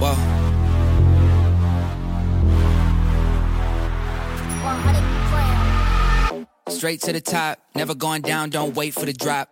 哇！Straight to the top, never going down, don't wait for the drop.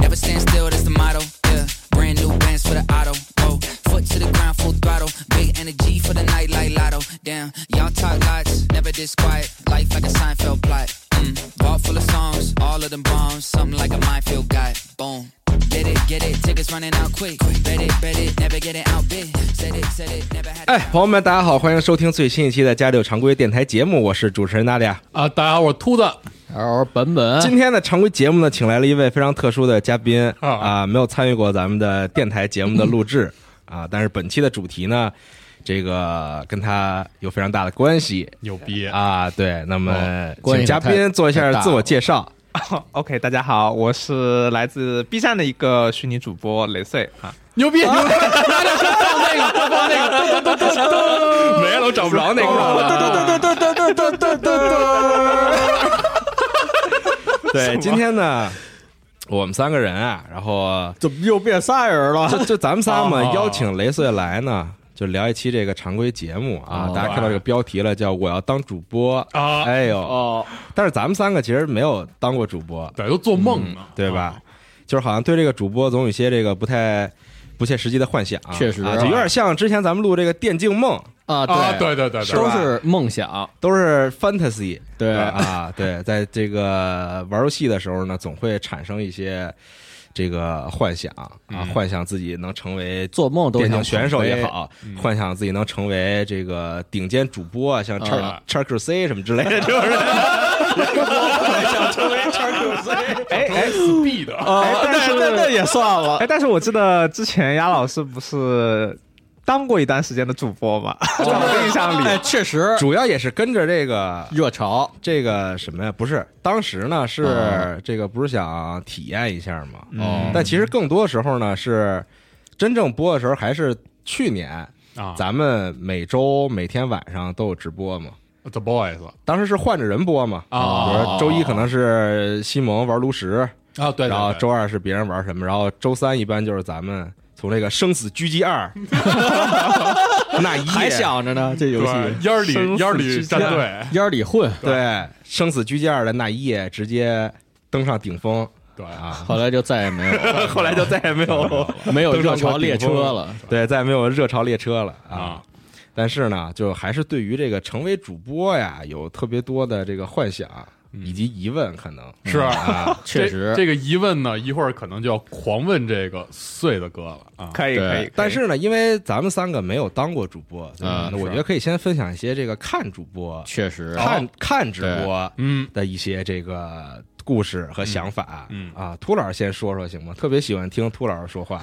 Never stand still, that's the motto. Yeah, brand new bands for the auto. Whoa, foot to the ground, full throttle. Big energy for the night, like lotto. Damn, y'all talk lots, never this quiet. Life like a Seinfeld plot. Mm, ball full of songs, all of them bombs. Something like a minefield got. Boom. Get it, get it, tickets running out quick. Bet it, bet it, never get it outbid. Said it, said it, never had. 哎，朋友们，大家好，欢迎收听最新一期的《家里有常规》电台节目，我是主持人娜迪亚。啊，大家好，我秃子， L 本本今天的常规节目呢，请来了一位非常特殊的嘉宾啊啊，没有参与过咱们的电台节目的录 制啊，但是本期的主题呢，这个跟他有非常大的关系牛逼！啊。对，那么哦请关系嘉太宾做一太大下了自我介绍。 OK，大家好，我是来自 B 站的一个虚拟主播雷穗啊。牛逼！拿着放那个，放那个，咚咚咚咚咚，没了，我找不哦哦着那个了。 对，今天呢，我们三个人啊，然后怎么又变仨人了？哦就就咱们仨嘛，啊邀请雷穗来呢，就聊一期这个常规节目啊。哦大家看到这个标题了，叫“我要当主播”啊哎呦，哦，但是咱们三个其实没有当过主播，对，都做梦呢，对吧？哦就是好像对这个主播总有一些这个不太不切实际的幻想，确实啊，就有点像之前咱们录这个电竞梦，啊，啊，对，对对对对，都吧是梦想，都是 fantasy，对啊，对，在这个玩游戏的时候呢，总会产生一些。这个幻想啊，幻想自己能成为做梦都电想竞选手也嗯成为，嗯好，幻想自己能成为这个顶尖主播啊，像 c h a 啊 c h a r C 什么之类 的，就是哎哎必的。哎，但那那是那也算了哎，但是我记得之前鸭老师不是当过一段时间的主播嘛？在我的印象里，哎，确实主要也是跟着这个热潮，这个什么呀？不是，当时呢是啊这个不是想体验一下嘛？哦嗯但其实更多时候呢是真正播的时候还是去年，嗯啊咱们每周每天晚上都有直播嘛。 The Boys 当时是换着人播嘛，啊比如说周一可能是西蒙玩炉石，啊，对，然后周二是别人玩什么，然后周三一般就是咱们从这个《生死狙击二》 那一夜还想着呢，这游戏烟儿生里死烟儿里之战间队，烟儿里混，对《生死狙击二》的那一夜直接登上顶峰对啊！后来就再也没有后来就再也没 哦有没有热潮列车了，对，再也没有热潮列车了啊啊！但是呢，就还是对于这个成为主播呀，有特别多的这个幻想以及疑问，可能是 啊，嗯确这实这个疑问呢，一会儿可能就要狂问这个碎的哥了啊。可以对可以，但是呢，因为咱们三个没有当过主播，所以呢嗯我觉得可以先分享一些这个看主播、确实看看直播嗯，的一些这个故事和想法。嗯嗯啊，秃老师先说说行吗？特别喜欢听秃老师说话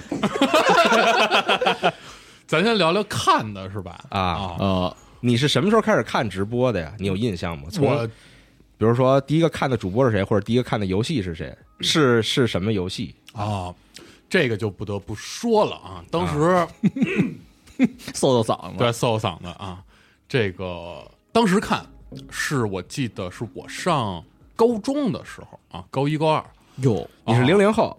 咱先聊聊看的是吧？啊哦呃，你是什么时候开始看直播的呀？你有印象吗？从我比如说第一个看的主播是谁，或者第一个看的游戏是谁，是是什么游戏？啊，这个就不得不说了啊，当时搜搜嗓对子，嗽嗓子啊，这个当时看是我记得是我上高中的时候啊，高一高二，哟，你是啊零零后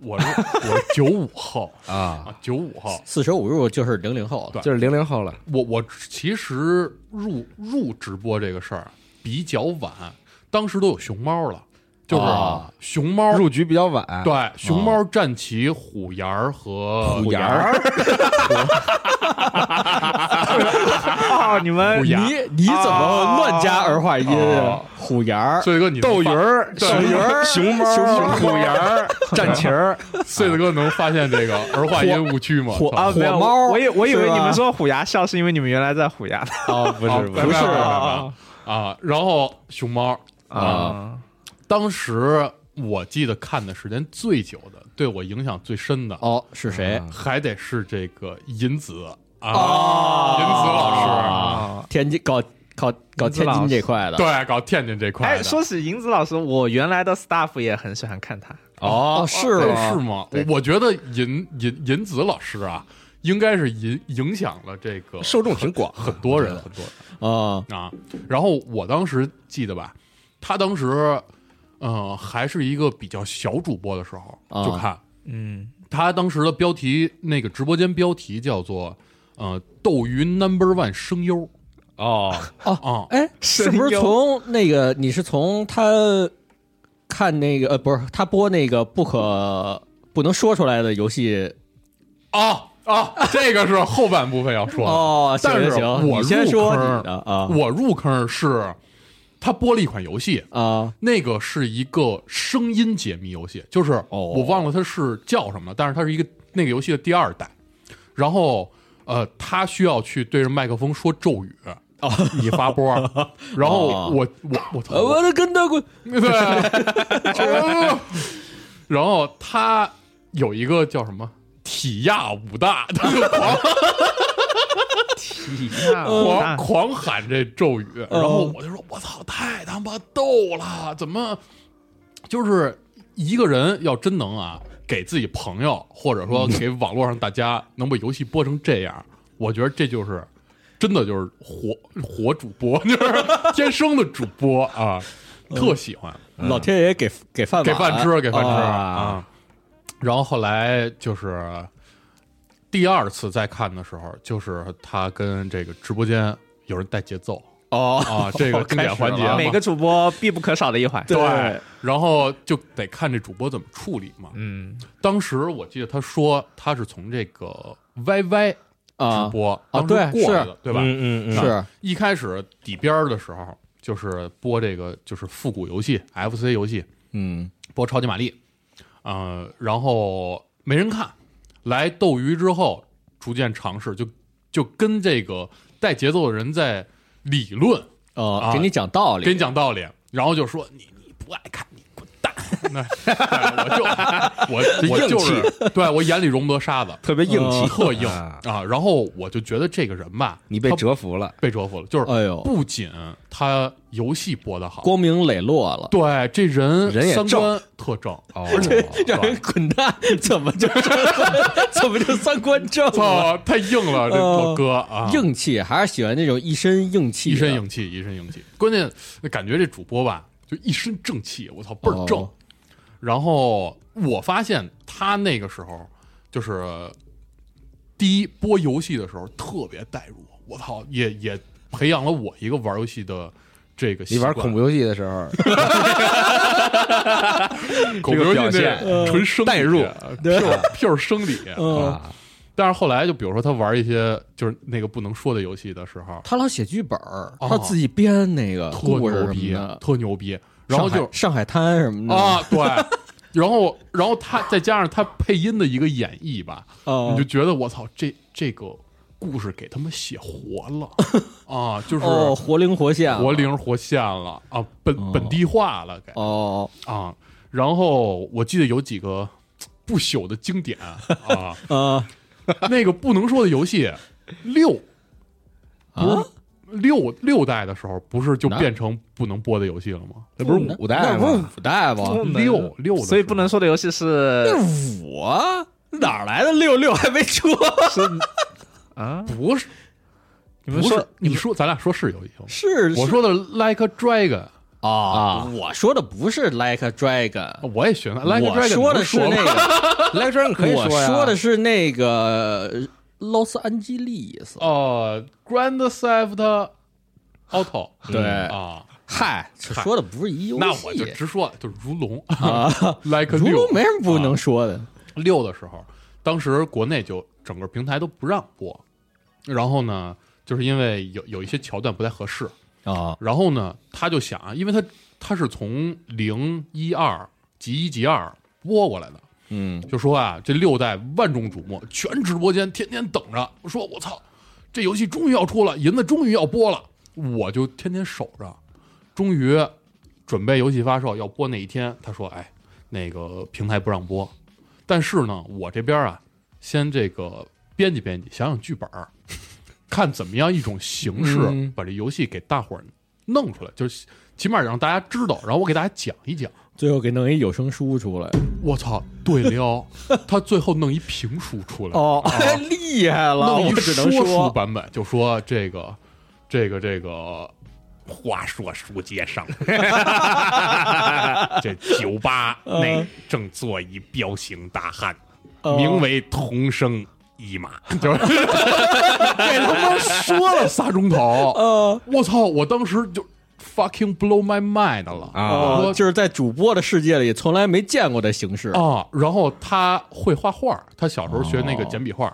我是我是九五后 啊，啊，九五后，四舍五入就是零零后，对就是零零后了。我我其实入入直播这个事儿比较晚，当时都有熊猫了，就是啊熊猫入局比较晚，对熊猫、战旗、虎牙儿和虎牙儿，哦，你们虎牙你你怎么乱加儿化音啊？虎牙儿所以哥你斗鱼鱼儿、对 熊猫、熊猫、虎牙儿、战旗儿，穗子哥能发现这个儿化音误区吗？火操啊，没有，火猫我以我以为是吧你们说虎牙笑是因为你们原来在虎牙哦，不啊是不是是 啊啊！然后熊猫，啊当时我记得看的时间最久的，对我影响最深的，哦，是谁？还得是这个银子啊，哦银子老师，啊！天津搞搞搞天津这块的，对，搞天津这块哎，的，说起银子老师，我原来的 staff 也很喜欢看他。哦，是吗？哎是吗？对我我觉得银银银子老师啊，应该是影影响了这个受众挺广，很多人很多人啊，啊。然后我当时记得吧，他当时嗯、呃还是一个比较小主播的时候，啊就看嗯，他当时的标题，那个直播间标题叫做呃斗鱼 Number One 声优哦，啊，哎，是不声是优从那个你是从他看那个呃，不是他播那个不可不能说出来的游戏哦哦，这个是后半部分要说的。哦？行但是行行，我你先入说坑你的啊我入坑是他播了一款游戏，啊那个是一个声音解谜游戏，就是哦我忘了它是叫什么了，但是它是一个那个游戏的第二代。然后呃，他需要去对着麦克风说咒语。你发波，然后哦我我我操呃，我的跟他滚对啊，哦然后他有一个叫什么体亚武大，他就狂体狂狂喊这咒语，然后我就说：“我操，太他妈逗了！怎么就是一个人要真能啊，给自己朋友或者说给网络上大家能把游戏播成这样，我觉得这就是真的就是活活主播， 就是天生的主播啊，特喜欢。”老天爷给给饭碗给饭吃，给饭吃啊啊。然后后来就是第二次再看的时候，就是他跟这个直播间有人带节奏哦啊，这 个经典环节每嘛个。主播必不可少的一环。对然后就得看这主播怎么处理嘛。嗯，当时我记得他说他是从这个 YY 啊直播啊当时对过来是的，对吧？嗯嗯是一开始底边儿的时候就是播这个就是复古游戏 FC 游戏，嗯，播超级玛丽，呃，然后没人看，来斗鱼之后逐渐尝试，就就跟这个带节奏的人在理论，哦啊，给你讲道理，给你讲道理，然后就说你你不爱看你滚蛋，那对 我就我我就是对我眼里容不得沙子，特别 硬气，特硬啊啊，然后我就觉得这个人吧，你被他折呃服了，被折服了，就是哎呦不仅他游戏播的好。光明磊落了。对，这人人也三正观特正，哦，让人滚蛋，怎么就 怎么就三观正了？操，哦太硬了，这呃老哥啊，硬气，还是喜欢那种一身硬气，一身。硬气，一身硬气。关键感觉这主播吧，就一身正气，我操，倍儿正。哦然后我发现他那个时候就是第一播游戏的时候特别代入，我操，也也培养了我一个玩游戏的这个习你玩惯。恐怖游戏的时候，恐怖这游戏个表现那纯生理代入，pure pure 生理。嗯，啊但是后来就比如说他玩一些就是那个不能说的游戏的时候，他老写剧本儿，他自己编那个特故事哦牛什么逼的，，特牛逼。然后上海就上海滩什么的啊，对，然后然后他再加上他配音的一个演绎吧，啊你就觉得我操，这这个故事给他们写活了啊，就是哦，活哦灵活现，活灵活现了啊，本本地化了给哦啊。然后我记得有几个不朽的经典啊，啊那个不能说的游戏六不是啊，六六代的时候，不是就哪嗯变成不能播的游戏了吗？那不是五代那不是吗？五代吗？哦六六的时候，嗯所以不能说的游戏是五啊，哪儿来的六六还没出？是啊，不是，你不们是说，你说，咱俩说是游戏吗？是我说的 Like a Dragon，啊我说的不是 Like a Dragon，我也学了 Like a 我 Dragon，说的是你那能吗个。来这可以我呀，说的是那个呃洛斯安吉利斯，哦，Grand Theft Auto， 对啊，嗨，嗨说的不是一游戏，那我就直说，就如龙啊， Like a 如六龙没什么不能说的，六的时候，当时国内就整个平台都不让播，然后呢，就是因为有有一些桥段不太合适，啊然后呢，他就想啊，因为他他是从零一二集一集二拨过来的，嗯，就说啊，这六代万众瞩目，全直播间天天等着。我说我操，这游戏终于要出了，银子终于要播了，我就天天守着。终于准备游戏发售要播那一天，他说：“哎，那个平台不让播，但是呢，我这边啊，先这个编辑编辑，想想剧本儿， 看怎么样一种形式嗯把这游戏给大伙儿弄出来，就是起码让大家知道，然后我给大家讲一讲。”最后给弄一有声书出来，我操，对了， 他最后弄一评书出 来，哦， 厉害了，弄一我只能说书说，版本，就说这个，这个，这个。话说书接上， 这酒吧嗯内正坐一彪形大汉，名为同生一 马，就是 给他妈说了仨钟嗯头。我操！我当时就 fucking blow my mind 了啊我说就是在主播的世界里从来没见过的形式。啊，然后他会画画，他小时候学那个简笔画，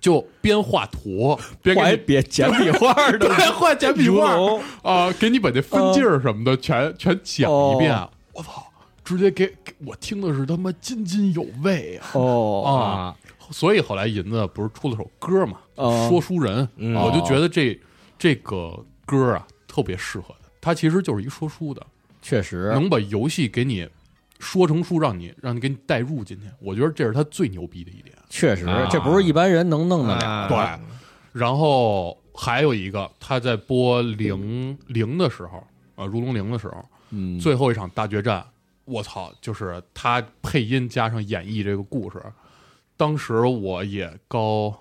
就边画图边画给一你别简笔画 的边画简笔画鱼龙呃啊、给你把那分镜儿什么的哦全、全讲一遍。我操，直接给给我听的是他妈津津有味啊！ 哦，啊，所以后来银子不是出了首歌嘛，哦说书人，我就觉得这这个歌啊特别适合他，他其实就是一个说书的，确实，能把游戏给你说成书，让你让你给你带入进去，我觉得这是他最牛逼的一点。确实，这不是一般人能弄的了。啊，然后还有一个，他在播零零的时候，啊，如龙零的时候，嗯，最后一场大决战，我操，就是他配音加上演绎这个故事，当时我也高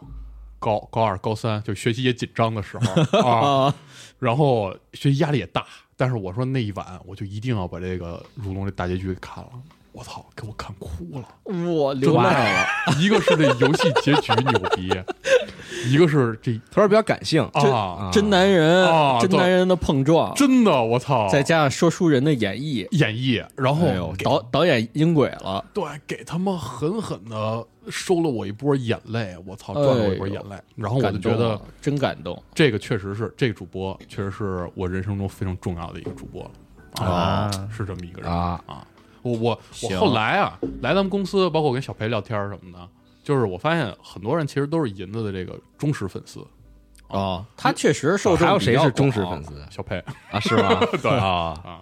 高高二高三，就学习也紧张的时候啊，啊，然后学习压力也大，但是我说那一晚我就一定要把这个如龙这大结局给看了，我操，给我看哭了。我流泪了。一个是这游戏结局牛逼，一个是这他说比较感性啊，真男人哦啊，真男人的碰撞，真的我操，再加上说书人的演绎，演绎，然哦哎后呦，给导导演音轨了，对给他们狠狠的收了我一波眼泪，我操，赚了我一波眼泪，然后我就哎感觉动得啊，真感动。这个确实是这个主播，确实是我人生中非常重要的一个主播了啊是这么一个人啊啊。我我我行后来啊，来咱们公司，包括我跟小裴聊天什么的，就是我发现很多人其实都是银子的这个忠实粉丝。哦，他确实受众啊还有谁比较是忠广实粉丝小裴啊？是吗？对啊，啊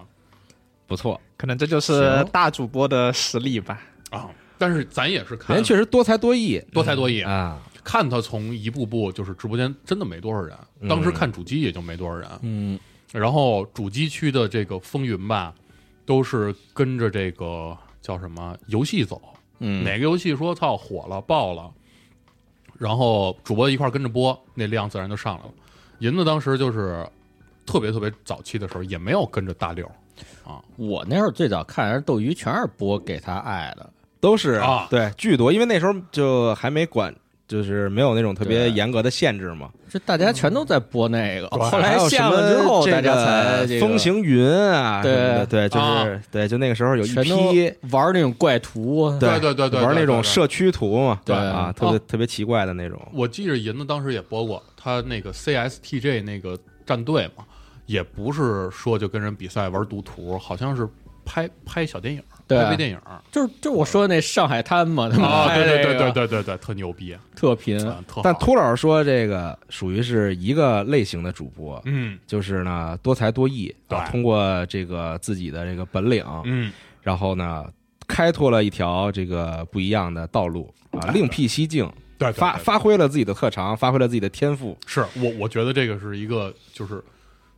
不错，可能这就是大主播的实力吧。啊！但是咱也是看人确实多才多艺多才多艺，啊，看他从一步步就是直播间真的没多少人，当时看主机也就没多少人，嗯，然后主机区的这个风云吧，都是跟着这个叫什么游戏走，嗯哪个游戏说操火了爆了，然后主播一块儿跟着播，那量自然就上来了。银子当时就是特别特别早期的时候，也没有跟着大流我那会儿最早看人斗鱼全是播给他爱的，都是啊对，巨多，因为那时候就还没管，就是没有那种特别对严格的限制嘛。这大家全都在播那个。后嗯还来有什下么了之后，这个大家才这个风行云啊，对什么的对，就是啊对，就那个时候有一全都批玩那种怪图，对对对对玩那对对种对社区图嘛，对哦啊，特别特别奇怪的那种我记着银子当时也播过他那个 CSTJ 那个战队嘛，也不是说就跟人比赛玩读图，好像是拍拍小电影，对哦拍微电影就是就是我说的那上海滩嘛，他们啊，拍对 对那对个对对对对，特牛逼，啊特频，特好但秃老师说这个属于是一个类型的主播，嗯就是呢多才多艺，啊对通过这个自己的这个本领，嗯，然后呢开拓了一条这个不一样的道路哎啊，另辟蹊径，对对对发发挥了自己的特长，发挥了自己的天赋是我我觉得这个是一个就是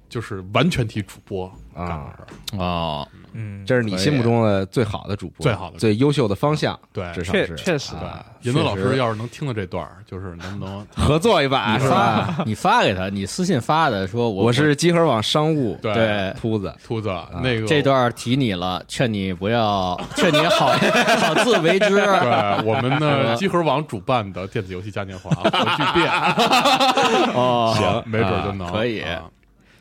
就是完全体主播干的事儿，啊，嗯，这是你心目中的最好的主播，最好的最优秀的方向，对至少确是确实啊银子老确师实要是能听到这段儿，就是能不能合作一把是吧？发你发给他，你私信发的，说啊我我是集合网商务对对秃子，秃子那个这。段提你了，劝你不要，劝你好好自为之。对我们 呢，集合网主办的电子游戏嘉年华核聚变， 哦，行，没准儿就能可以啊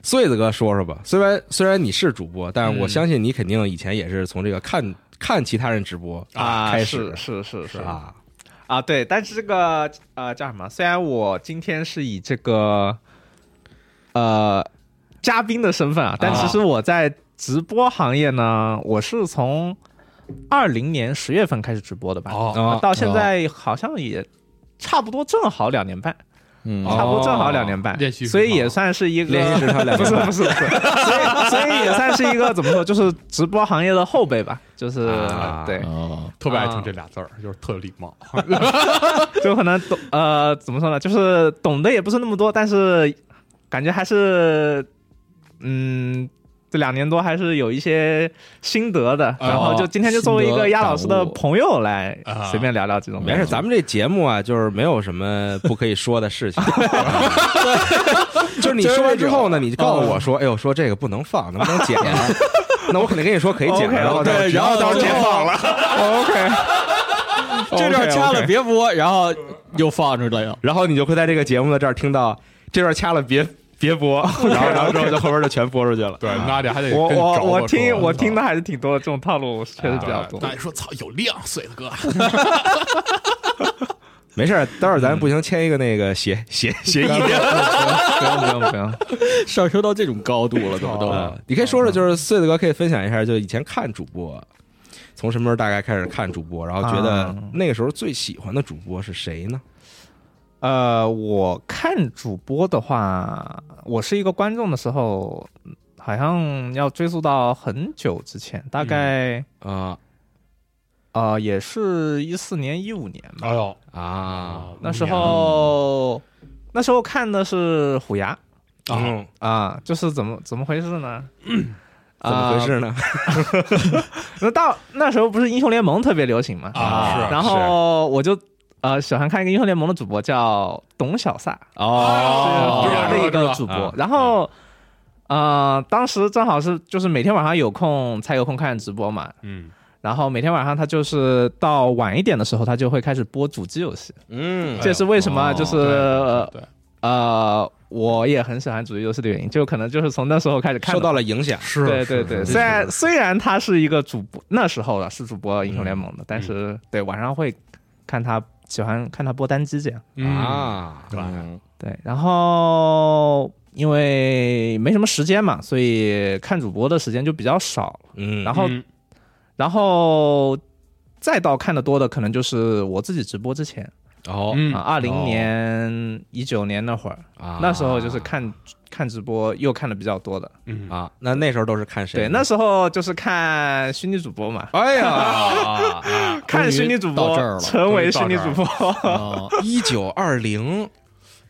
穗子哥说说吧。虽然虽然你是主播，但是我相信你肯定以前也是从这个看看其他人直播啊，开始是是是是啊，啊，对，但是这个呃叫什么？虽然我今天是以这个呃嘉宾的身份啊，但其实我在直播行业呢，我是从二零年十月份开始直播的吧？呃哦，啊，到现在好像也差不多正好两年半，嗯差不多正好两年哦半练习，时所以长也算是一个练习时长两年半 不是不是不是，所以所以也算是一个怎么说，就是直播行业的后辈吧，就是啊对，哦，特别爱听这俩字儿，就是特有礼貌。就可能懂呃怎么说呢，就是懂得也不是那么多，但是感觉还是嗯。这两年多还是有一些心得的，然后就今天就作为一啊哦心得个鸭老师的感悟朋友来啊随便聊聊这种没东西。事，咱们这节目啊，就是没有什么不可以说的事情。 就是你说完之后呢，你就告诉我说：“哎呦，说这个不能放，能不能剪？”那我肯定跟你说可以剪， OK，然后到对，然后到时候解剪 放了，哦 OK，这段掐了别播，然后又放出来了。然后你就会在这个节目的这儿听到这段掐了别别播，然后然后之后就后边就全播出去了。对，那这还得 我跟我啊找我听说我听的还是挺多的，这种套路确实比较多。那你说操有量，水子哥，没事，待会儿咱不行签一个那个协协 协议。不用不啊用不用，上升到这种高度了，怎么都？嗯，你可以说说，就是穗子哥可以分享一下，就以前看主播，从什么时候大概开始看主播，然后觉得啊那个时候最喜欢的主播是谁呢？ 呃，我看主播的话，我是一个观众的时候，好像要追溯到很久之前，大概、啊呃也是一四年一五年吧。哎呦啊，哦那嗯时候那时候看的是虎牙啊，嗯，啊，就是怎么怎么回事呢？ 怎么回啊事呢？那到那时候不是英雄联盟特别流行嘛？啊是然后我就呃喜欢看一个英雄联盟的主播叫董小飒，哦是知道我的知一道个主播啊。然后呃当时正好是就是每天晚上有空才有空看直播嘛，嗯，然后每天晚上他就是到晚一点的时候，他就会开始播主机游戏。嗯这是为什么？啊哦就是哎对对，呃我也很喜欢主机游戏的原因，就可能就是从那时候开始看受的到了影响，是对是是对对，是虽然虽然他是一个主播，那时候了是主播英雄联盟的，但嗯是对晚上会看他喜欢看他播单机这样。嗯啊，对嗯对，然后因为没什么时间嘛，所以看主播的时间就比较少。嗯，然后嗯然后再到看的多的，可能就是我自己直播之前哦啊，嗯二零年、一九年那会儿，啊，那时候就是看看直播又看的比较多的。嗯啊，那那时候都是看谁对，呢？那时候就是看虚拟主播嘛。哎 呀，看虚拟主终于到播这儿了成为虚拟主播， 啊，一九二零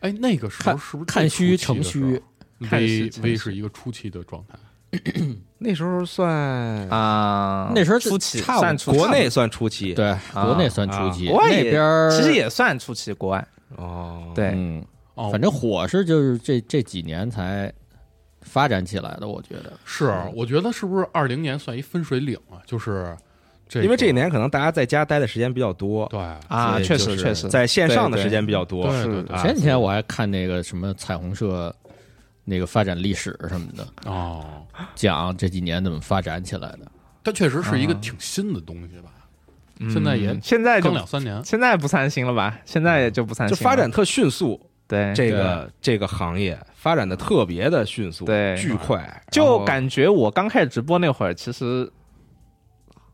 哎，那个时候是不是看最虚初期的成虚时候看？V 虚成 V 虚是一个初期的状态， 那时候算啊，啊那时候是初期差不多算初期，国内算初期，对，国内算初级，国外那啊也边儿其实也算初期，国外哦，对嗯，哦，反正火是就是这这几年才发展起来的，我觉得是，我觉得是不是二零年算一分水岭啊？就是这个，因为这一年可能大家在家待的时间比较多，对啊，所以确就实是确实在线上的对对时间比较多，对对啊对前几天我还看那个什么彩虹社那个发展历史什么的，哦，讲这几年怎么发展起来的。它确实是一个挺新的东西吧？嗯现在也现在刚就两三年，现在不三星了吧？现在也就不三就星了，发展特迅速，对这个这个行业发展的特别的迅速，对巨快，就感觉我刚开始直播那会儿，其实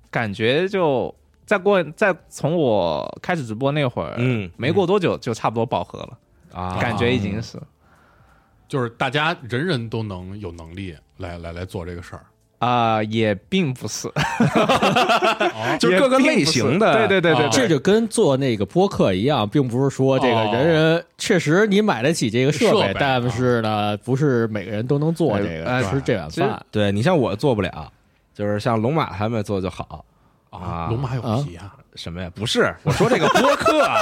感觉就再过再从我开始直播那会儿，嗯没过多久就差不多饱和了，啊，感觉已经是就是大家人人都能有能力来来来做这个事儿。啊，也并不是，哦就是各个类型的，对对对对啊对，这就跟做那个播客一样，并不是说这个哦人人确实你买得起这个设设备但是呢，不是每个人都能做这哎个哎吃这碗饭。对你像我做不了，就是像龙马他们做就好啊啊，龙马有啊皮啊！什么呀？不是，我说这个播客啊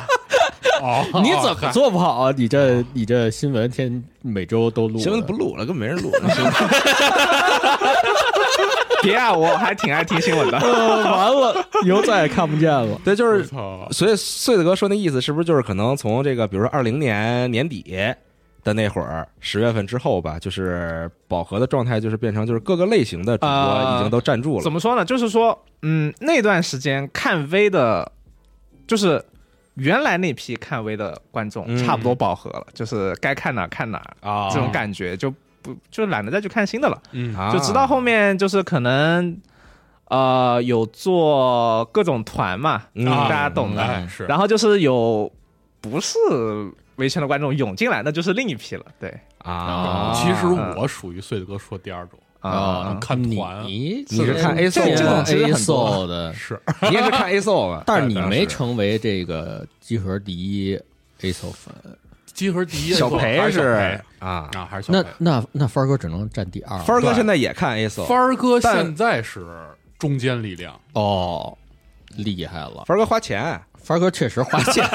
哦，你怎么做不好啊？你这你这新闻天每周都录的，新闻不录了，跟没人录了，别啊，我还挺爱听新闻的。呃完了，以后再也看不见了。 对，就我是。操？所以穗子哥说那意思是不是就是可能从这个，比如说二零年年底的那会儿，十月份之后吧，就是饱和的状态，就是变成就是各个类型的主播啊已经都站住了怎么说呢？就是说，嗯，那段时间看 V 的，就是原来那批看 V 的观众嗯差不多饱和了，就是该看哪儿看哪儿，啊这种感觉就不就懒得再去看新的了。嗯啊就直到后面就是可能，呃有做各种团嘛，嗯大家懂的。哎是，然后就是有不是维权的观众涌进来，那就是另一批了。对啊，其实我属于穗子哥说第二种，啊，看团你你是看 A 这 SO 这吗种这个很 A 多 SO 的，是你也是看 A SO 吧？但是你当时没成为这个集合第一 A SO 粉，集合第一，小还裴是是小啊，裴啊，还是小那裴。那那帆儿哥只能占第二。帆儿哥对现在也看 A SO，帆儿哥但现在是中坚力量，哦，厉害了，帆儿哥花钱，帆儿哥确实花 钱，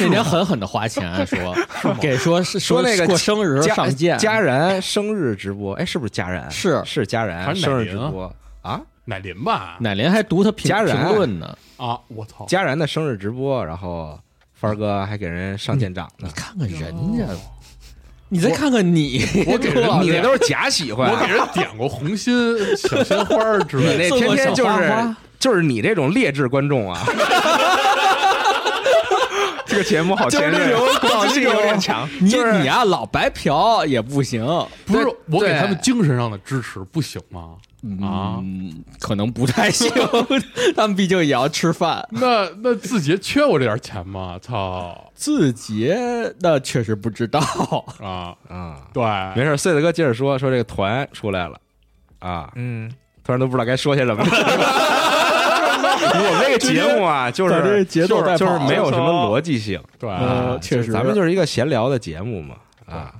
那年狠狠的花钱，说给说是说那个过生日时候家上舰，家人生日直播，哎，是不是家人？是是家还人是奶生日林直播啊，乃林吧？奶林还读他评家人评论呢，啊，我操！家人的生日直播，然后帆儿哥还给人上舰长 呢你。看看人家，哦你再看看你，我给 人你那都是假喜欢，啊我给人点过红心、 小鲜花儿之你类的。那送天我天小就花是花就是你这种劣质观众 啊，这个节目 好就是哦前那任种，好性有点强。你就是啊你啊老白嫖也不行，不是我给对他们精神上的支持不行吗？啊，嗯，可能不 太行，他们毕竟也要吃饭。那那字节缺我这点钱吗？操字节那确实不知 道，啊！啊。对，没事，穗子哥接着说说这个团出来了啊，嗯，突然都不知道该说些什 么。我们这个节目啊，就是把这个节就奏是带跑就是没有什么了逻辑性，对，呃啊确实咱们就是一个闲聊的节目嘛啊，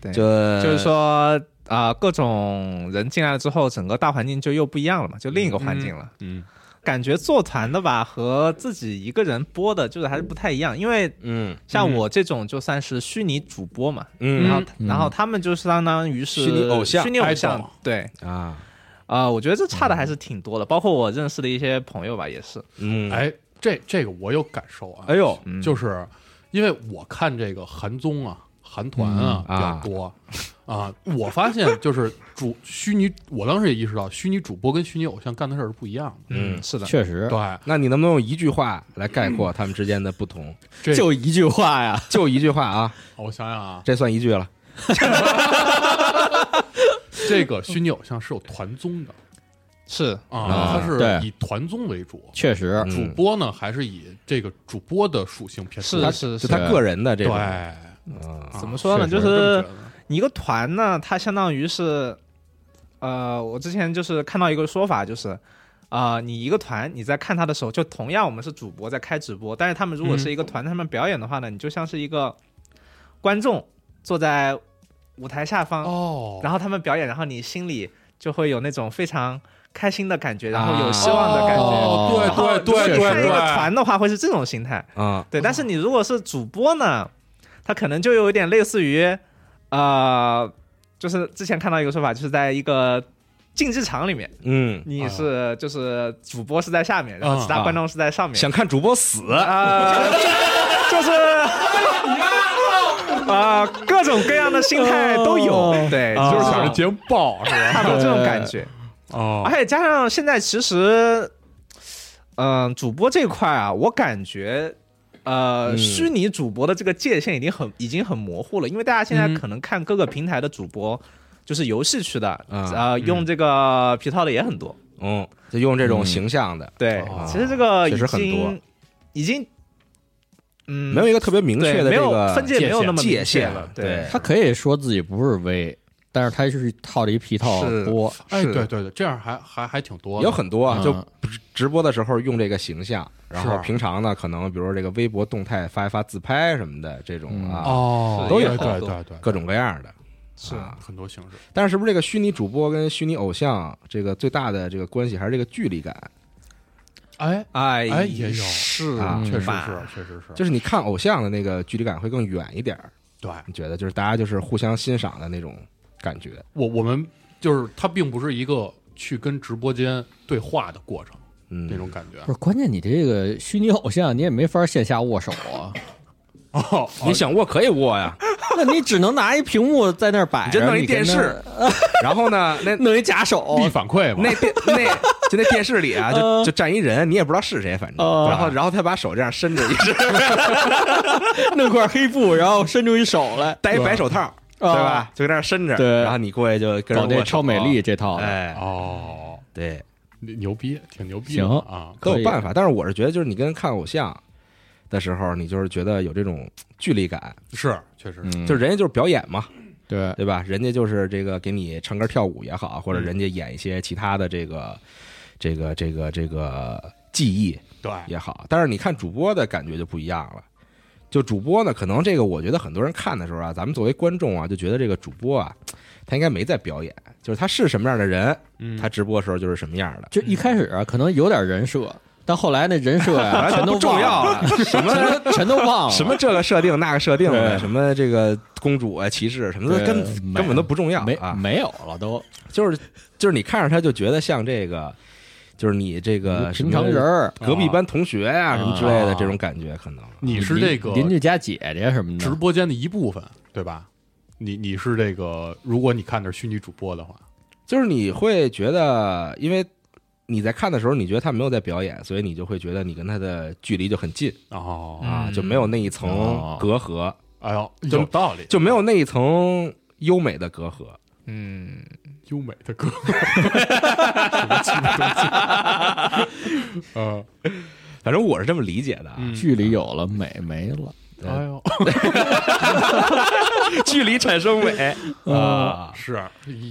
对就嗯就是说啊、各种人进来了之后，整个大环境就又不一样了嘛，就另一个环境了。嗯，感觉做团的吧和自己一个人播的，就是还是不太一样，因为嗯像我这种就算是虚拟主播嘛，然嗯后、然后他们就相当于是虚拟偶像虚拟偶像 idol 对嗯啊啊、我觉得这差的还是挺多的，包括我认识的一些朋友吧，也是，嗯，哎，这这个我有感受啊。哎呦嗯就是因为我看这个韩综啊、韩团啊比嗯啊较多啊，我发现就是主虚拟，我当时也意识到，虚拟主播跟虚拟偶像干的事儿是不一样的。嗯，是的，确实对，那你能不能用一句话来概括他们之间的不同？这嗯就一句话呀， 就一句话啊，我想想啊，这算一句了。这个虚拟偶像是有团综的是啊，它对是以团综为主，确实嗯主播呢还是以这个主播的属性偏是多。是，就是他个人的这对，种，怎啊怎么说呢？是就这么是觉得你一个团呢，它相当于是，呃，我之前就是看到一个说法，就是，啊、你一个团你在看他的时候，就同样我们是主播在开直播，但是他们如果嗯是一个团，他们表演的话呢，你就像是一个观众坐在舞台下方，哦，然后他们表演，然后你心里就会有那种非常开心的感觉，然后有希望的感觉。然后啊哦对对对如果你看对一个对，团的话，会是这种心态。啊，哦对，但是你如果是主播呢，他可能就有一点类似于，呃，就是之前看到一个说法，就是在一个竞技场里面，嗯，你是就是主播是在下面，然啊后其他观众是在上面，想看主播死，啊，就是。 啊、各种各样的心态都有，哦对，就就是是想着想节目爆是吧？差不多这种感 觉。哦而且加上现在其实，嗯、主播这块啊，我感觉，呃，嗯虚拟主播的这个界限已经很已经很模糊了，因为大家现在嗯可能看各个平台的主播，就是游戏区的，啊呃，用这个皮套的也很多。嗯，就用这种形象的，对，哦其实这个已确实很多经已经，嗯，没有一个特别明对确的没这有个分界没有那么界明确限了，对，他可以说自己不是 V，但是他是套着一皮套是播，哎，是对对对，这样还还还挺多的，有很多啊，嗯就直直播的时候用这个形象，然后啊是平常呢，可能比如说这个微博动态发一发自拍什么的这种啊，嗯哦，都对有对对对，各种各样的。是啊很多形式。但是是不是这个虚拟主播跟虚拟偶像这个最大的这个关系还是这个距离感？哎，哎哎也有是啊确实吧是，确实是，就是你看偶像的那个距离感会更远一点儿，对你觉得就是大家就是互相欣赏的那种感觉？我我们就是它并不是一个去跟直播间对话的过程嗯，那种感觉不。是关键，你这个虚拟偶像你也没法线下握手 啊，哦，你想握可以握呀，那你只能拿一屏幕在那儿摆你着，就弄一电跟那视，然后呢，那弄一假手，嗯力反馈嘛，那电那就那电视里啊，就呃就站一人，你也不知道是谁，反正，哦然后然后他把手这样伸着，一直弄块黑布，然后伸出一手来，戴一白手套， 对啊吧？就在那儿伸着，对然后你过去就跟人搞握这手啊超美丽，这套的，哎，哦，对，牛逼，挺牛逼的行啊！都可有以办法。但是我是觉得，就是你跟看偶像的时候，你就是觉得有这种距离感，是，确实是，嗯嗯就是人家就是表演嘛，对，对吧？人家就是这个给你唱歌跳舞也好，嗯或者人家演一些其他的这个这个这个这个技艺对，也好。但是你看主播的感觉就不一样了。就主播呢，可能这个我觉得很多人看的时候啊，咱们作为观众啊，就觉得这个主播啊，他应该没在表演，就是他是什么样的人，嗯，他直播的时候就是什么样的。就一开始啊，可能有点人设，但后来那人设 呀、全都哎不重忘要了，了，什么全都全都忘了，什么这个设定那个设定的，对什么这个公主啊、骑士什么的，对根没根本都不重要没啊。没有了都，就是就是你看着他就觉得像这个，就是你这个嗯平常人什么儿，隔壁班同学呀、啊什么之类的啊这种感觉，可能你是邻这个邻居家姐姐什么的直，播间的一部分，对吧？你你是这个，如果你看的是虚拟主播的话，就是你会觉得，因为你在看的时候，你觉得他没有在表演，所以你就会觉得你跟他的距离就很近哦，啊，嗯就没有那一层哦隔阂，哎呦，就有道理，就没有那一层优美的隔阂。嗯，优美的歌，什么鸡巴东西？ 呃，反正我是这么理解的啊，嗯距离有了，美没了。哎呦，距离产生 美啊。是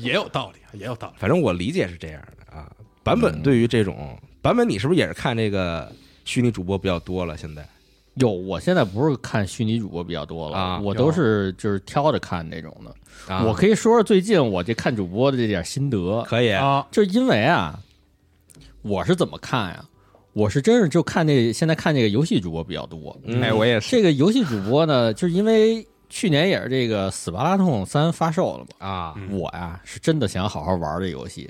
也有道理，也有道理。反正我理解是这样的啊。版本对于这种版本，你是不是也是看这个虚拟主播比较多了？现在有，我现在不是看虚拟主播比较多了，啊我有都是就是挑着看这种的。啊，我可以说说最近我这看主播的这点心得，可以啊，就是因为啊，我是怎么看呀、我是真是就看这现在看这个游戏主播比较多。嗯哎，我也是，这个游戏主播呢，就是因为去年也是这个《斯巴达通三》发售了嘛，啊嗯我呀、是真的想好好玩这游戏，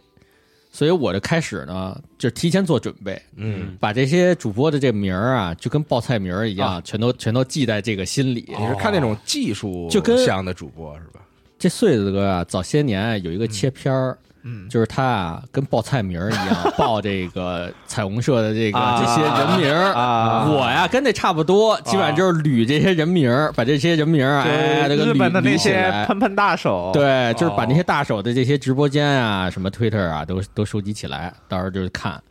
所以我就开始呢，就提前做准备，嗯，把这些主播的这名儿啊，就跟报菜名儿一样，全都全都记在这个心里。你是看那种技术就跟向的主播是吧？这穗子哥啊，早些年有一个切片儿。嗯，就是他啊，跟报菜名儿一样， 报这个彩虹社的这个啊这些人名儿啊我呀跟那差不啊多，基本上就是捋这些人名儿，把这些人名儿哎，这就个日捋本的那捋起些哦来喷喷大手，，对，就是把那些大手的这些直播间啊、什么 Twitter 啊，都都收集起来，到时候就是看。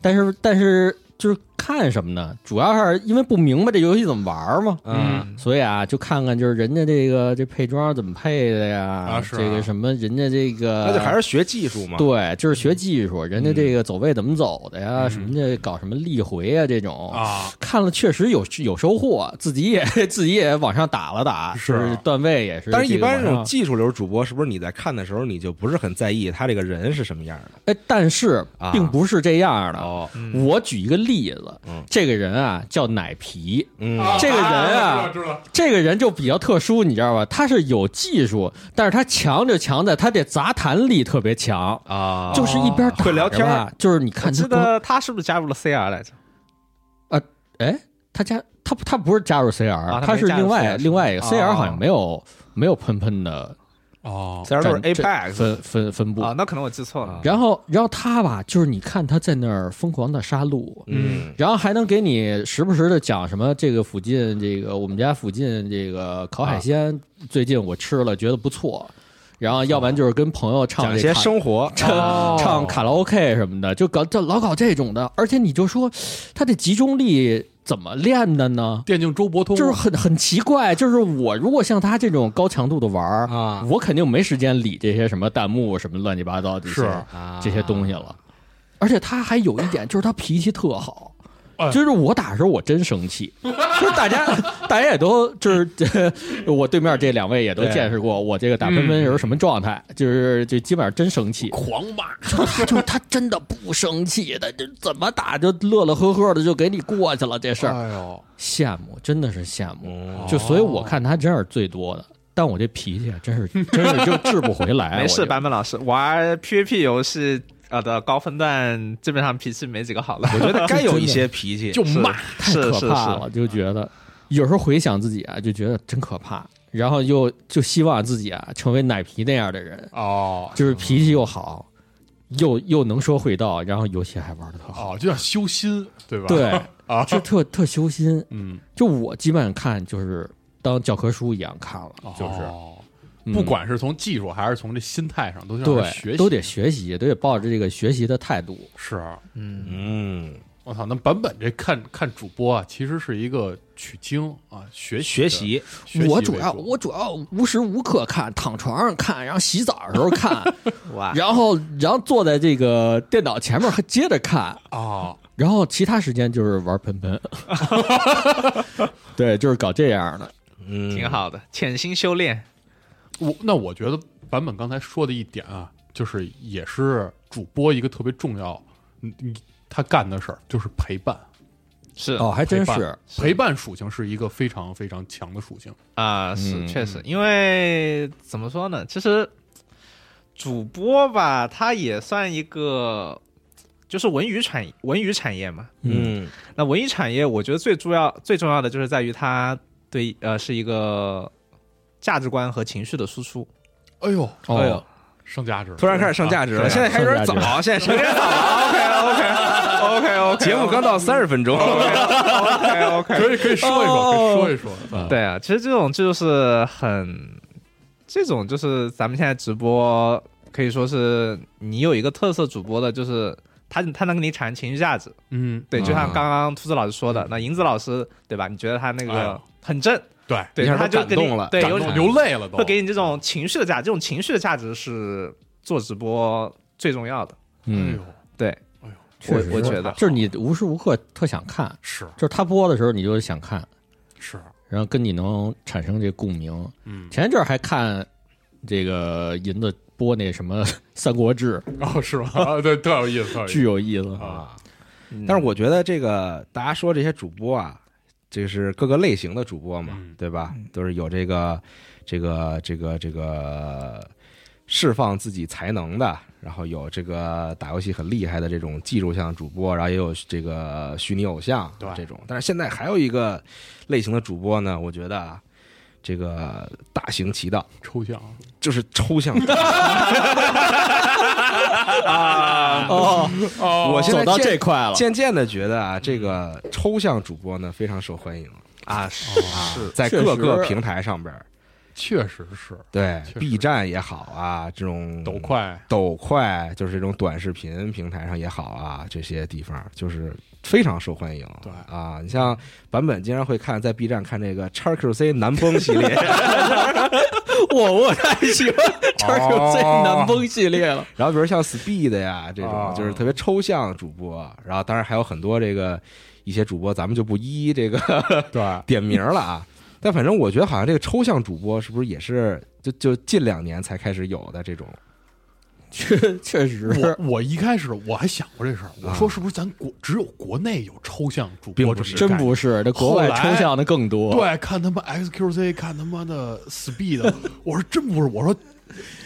但是但是就是看什么呢？主要是因为不明白这游戏怎么玩儿嘛，嗯，所以啊，就看看就是人家这个这配装怎么配的呀，啊是啊这个什么人家这个那就还是学技术嘛。对，就是学技术，人家这个走位怎么走的呀？嗯什么的搞什么力回啊这种，啊，看了确实有有收获，自己也 自己也往上打了打，是就是段位也是这个啊但往上。是，一般这种技术流主播，是不是你在看的时候，你就不是很在意他这个人是什么样的？哎，但是啊并不是这样的。哦，我举一个例子，嗯这个人啊叫奶皮，嗯，这个人啊知道知道这个人就比较特殊，你知道吧？他是有技术，但是他强就强在他这杂谈力特别强，啊，哦就是一边打会聊着天儿吧，就是你看我他记得他是不是加入了 CR 来着？哎，他加他他不是加入 CR，、啊他他没是加入 CR 另外是吧另外一个哦 CR 好像没有、没有喷喷的哦，虽然都是战 Apex 分分分布。啊，那可能我记错了。然后然后他吧，就是你看他在那儿疯狂的杀戮。嗯然后还能给你时不时的讲什么这个附近这个我们家附近这个烤海鲜，啊最近我吃了觉得不错，然后要不然就是跟朋友唱讲这一些卡生活 啊唱、哦唱卡拉 OK 什么的，就搞这老搞这种的，而且你就说他的集中力怎么练的呢？电竞周伯通就是很很奇怪，就是我如果像他这种高强度的玩儿啊我肯定没时间理这些什么弹幕什么乱七八糟这些是啊这些东西了。而且他还有一点，就是他脾气特好哎。就是我打的时候我真生气，就是 大家大家也都就是 这我对面这两位也都对见识过我这个打喷喷时候什么状态，就是就基本上真生气，嗯狂骂，他就他真的不生气的，这怎么打就乐乐呵呵的就给你过去了这事儿。哎呦，哦羡慕，真的是羡慕。嗯就所以我看他真是最多的，但我这脾气啊，真是真是就治不回来。啊没嗯哎我事，就版本老师玩 PVP 游戏呃的高分段，基本上脾气没几个好了。我觉该有一些脾气，就骂，太是可是怕是了，就觉得有时候回想自己啊，就觉得真可怕。然后又就希望自己啊成为奶皮那样的人，哦就是脾气又好，又又能说会道，然后游戏还玩的特好。哦，就要修心，对吧？对，啊，就特特修心。嗯，就我基本上看就是当教科书一样看了，就是哦不管是从技术还是从这心态上，都得让人学嗯对，习，都得学习，都得抱着这个学习的态度。是。嗯，嗯，我操，那版本这看看主播啊，其实是一个取经啊，学习学的习，学习我为主要我主要无时无刻看，躺床上看，然后洗澡的时候看，啊哇，然后然后坐在这个电脑前面还接着看，啊，然后其他时间就是玩盆 盆。对，就是搞这样的。嗯，挺。好的，潜心修炼，我那我觉得版本刚才说的一点啊，就是也是主播一个特别重要，嗯嗯他干的事儿就是陪伴，是哦，还真陪伴是，陪伴属性是一个非常非常强的属性。啊、是、嗯确实，因为怎么说呢，其实主播吧，他也算一个，就是文娱产文娱产业嘛。嗯，那文娱产业，我觉得最重要最重要的就是在于它对呃是一个价值观和情绪的输出。哎呦，哦哎呦，上价值了，突然开始上价值了，现在还有点上价早，现在上价值啊 OK OK OK OK，节目刚到三十分钟， OK OK，啊可以可以说一说，哦可以说一说，嗯啊对啊，其实这种这就是很，这种就是咱们现在直播可以说是你有一个特色主播的，就是他他能给你产生情绪价值。嗯，对，就像嗯刚刚兔子老师说的，那银子老师对吧？你觉得他那哎个呦很正，对，对，一下他都就感给你动了对，感有动流泪了都会，给你这种情绪的价值，这种情绪的价值是做直播最重要的。哎嗯呦，，对，确实我我觉得就是你无时无刻特想看，是就是他播的时候你就想看，是，然后跟你能产生这共鸣。嗯，前一阵儿还看这个银子播那什么《三国志哦， 是吗？啊对，特有意思，特有》，意巨思有意思。啊， 但是我觉得这个大家说这些主播啊，这是各个类型的主播嘛嗯，对吧？都是有这个这个这个这个释放自己才能的，然后有这个打游戏很厉害的这种技术向主播，然后也有这个虚拟偶像对这种。但是现在还有一个类型的主播呢，我觉得啊，这个大行其道，抽象啊，就是抽象主播。哦，我现在走到见这块了，渐渐的觉得啊，这个抽象主播呢非常受欢迎啊，是在确各个实平台上边儿，确实是对确实 B 站也好啊，这种抖快，抖快就是这种短视频平台上也好啊，这些地方就是非常受欢迎。对啊，你像版本经常会看在 B 站看这个 XQC 南崩系 列，我我太喜欢叉 Q C 哦南风系列了。然后比如像 Speed 呀这哦种，就是特别抽象主播，然后当然还有很多这个一些主播，咱们就不一一这个对， 点名了啊。但反正我觉得好像这个抽象主播是不是也是就就近两年才开始有的这种？确确实我我一开始我还想过这事儿，我啊说是不是咱国只有国内有抽象主并播不这么一是个真概念不是，这国外后来抽象的更多。，对，看他妈 XQC，看他妈的 Speed，我说真不是，我说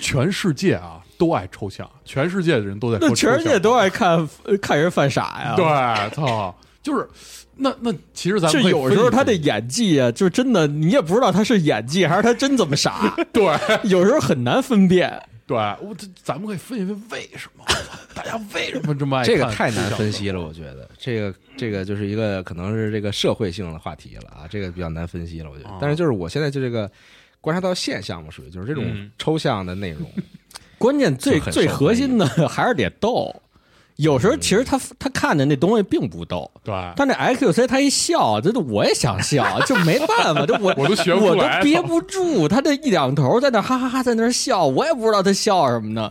全世界啊都爱抽象，全世界的人都在说那抽全象，世界都爱看呃看人犯傻呀。，对，操，就是那那其实咱就们有时候他的得演技啊，就真的你也不知道他是演技还是他真怎么傻， 对有时候很难分辨。对，我这咱们可以分析分为什么大家为什么这么爱这个看太难抽象分的析了，我觉得这个这个就是一个可能是这个社会性的话题了啊，这个比较难分析了，我觉得啊。但是就是我现在就这个观察到现象嘛，属于就是这种嗯抽象的内容， 关键最就很受最核心的 还是得逗。有时候其实他他看的那东西并不逗，对。但这 XQC 他一笑，这我也想笑，就没办法，这我 我都学不我出都来了憋不住。他这一两头在那哈哈哈在那儿笑，我也不知道他笑什么呢。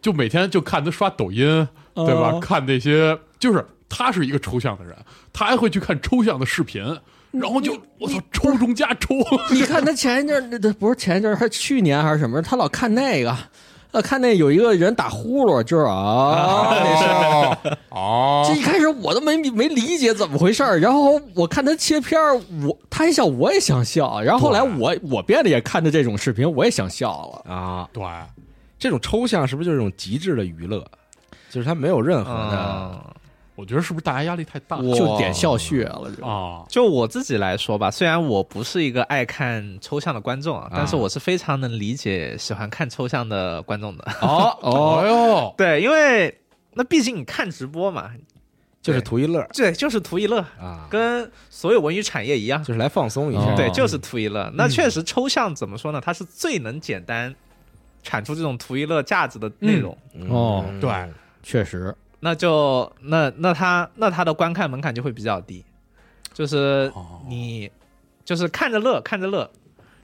就每天就看他刷抖音，对吧？哦看那些，就是他是一个抽象的人，他还会去看抽象的视频，然后嗯就我操，抽中加抽，你看他前一阵儿，那不是前一阵儿，他去年还是什么，他老看那个，呃，看那有一个人打呼噜，就是啊，那事儿。 哦，这一开始我都没没理解怎么回事儿，然后我看他切片儿，我他一笑我也想笑，然后后来我我变得也看着这种视频，我也想笑了。啊， 对，这种抽象是不是就是一种极致的娱乐？就是它没有任何哦的，嗯我觉得是不是大家压力太大了就点笑穴了，就啊？哦就我自己来说吧，虽然我不是一个爱看抽象的观众啊，但是我是非常能理解喜欢看抽象的 观众的。 哦哦 哎哦，哟，对，因为那毕竟你看直播嘛，就是图一乐儿对，就是图一乐，啊，跟所有文娱产业一样，就是来放松一哦下。对，就是图一乐。那确实，抽象怎么说呢？它是最能简单产出这种图一乐价值的内容。嗯哦对，确实，那就那那它那它的观看门槛就会比较低，就是你就是看着乐，看着乐，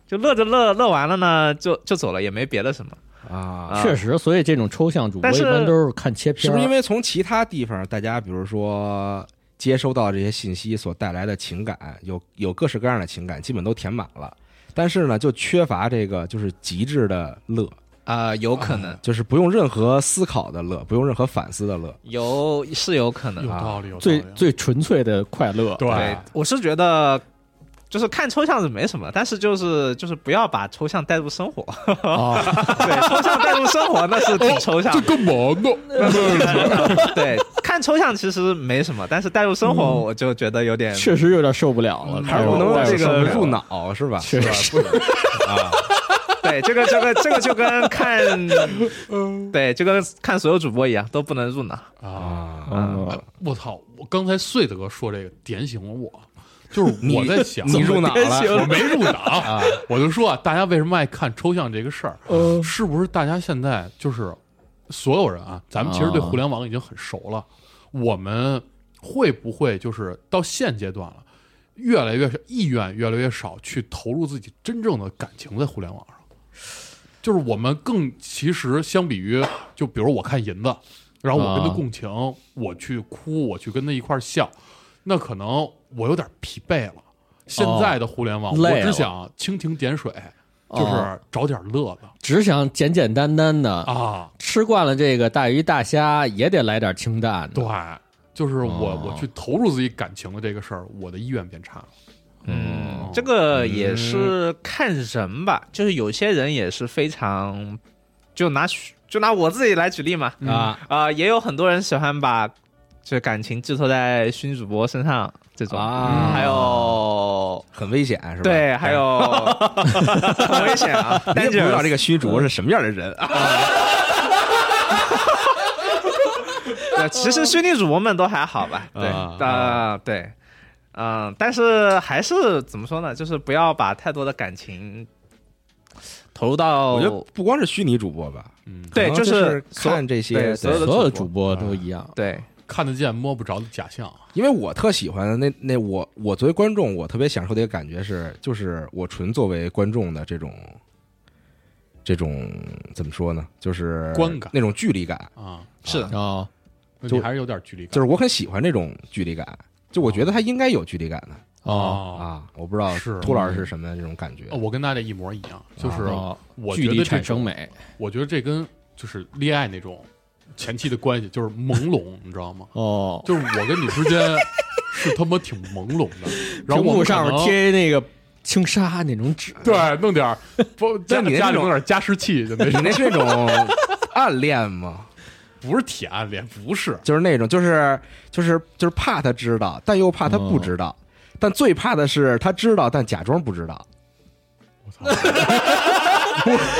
就乐着乐，乐完了呢，就就走了，也没别的什么。啊，啊确实，所以这种抽象主播但一是般都是看切片是儿，不是因为从其他地方大家比如说接收到这些信息所带来的情感，有有各式各样的情感，基本都填满了。但是呢，就缺乏这个就是极致的乐，啊、有可能，就是不用任何思考的乐，不用任何反思的乐。有是有可有能。道理，有啊道最理。最纯粹的快乐？对对，，我是觉得。就是看抽象是没什么，但是就是就是不要把抽象带入生活。啊， 对，抽象带入生活那是挺抽象这 的。干嘛呢？对，看抽象其实没什么，但是带入生活我就觉得有点确实有点受不了了，嗯还是不能带让这入受个不了入脑是吧？确实，对，这个这个这个就跟 看，嗯对，就跟看所有主播一样，都不能入脑。啊！啊，嗯我操！我刚才穗子哥说这个点醒了我， 就是我在想，你入脑了我没入脑，我就说啊，大家为什么爱看抽象这个事儿？嗯呃是不是大家现在就是所有人啊？咱们其实对啊互联网已经很熟了，我们会不会就是到现阶段了，越来越意愿越来越少去投入自己真正的感情在互联网上？就是我们更其实相比于，就比如我看银子，然后我跟他啊共情，我去哭，我去跟他一块儿笑，那可能我有点疲惫了。现在的互联网，我哦累只了想蜻蜓点水，就是哦找点乐子只想简简单单的啊。吃惯了这个大鱼大虾，也得来点清淡的。对，就是我、哦我去投入自己感情的这个事儿，我的意愿变差了。嗯，这个哦也是看人吧，就是有些人也是非常，就拿许就拿我自己来举例嘛，嗯啊，啊、也有很多人喜欢把这感情寄托在虚拟主播身上这种，啊嗯还有。很危险是吧？对，还有很危险啊！你但也不知道是这个虚竹是什么样的人啊？ 对，其实虚拟主播们都还好吧？对，啊啊，对，嗯，但是还是怎么说呢？就是不要把太多的感情投入到我觉得不光是虚拟主播吧，嗯嗯对，可能就就是所看这些对对的所有的主主播都一样。对看得见摸不着的假象，因为我特喜欢那那我我作为观众，我特别享受的一个感觉是，就是我纯作为观众的这种这种怎么说呢，就是观感那种距离感，啊，是的哦，那就你还是有点距离感。就是我很喜欢这种距离感，就我觉得他应该有距离感的哦，啊，啊，我不知道是秃老师是什么样的这种感觉 我跟大家一模一样，就是哦我距觉得离这产生种，美。我觉得这跟就是恋爱那种前期的关系就是朦胧，你知道 吗？哦，就是我跟你之间 是他妈挺朦胧 的，然后屏我幕们上可面能贴那个轻纱那 种 纸，对弄点儿不家那你那家里种弄点加湿器就那你种，那是那种暗恋吗？不是铁暗恋，不 是就是那种，就是就是就是怕他知道，但又怕他不知哦道，但最怕的是他知道但假装不知道。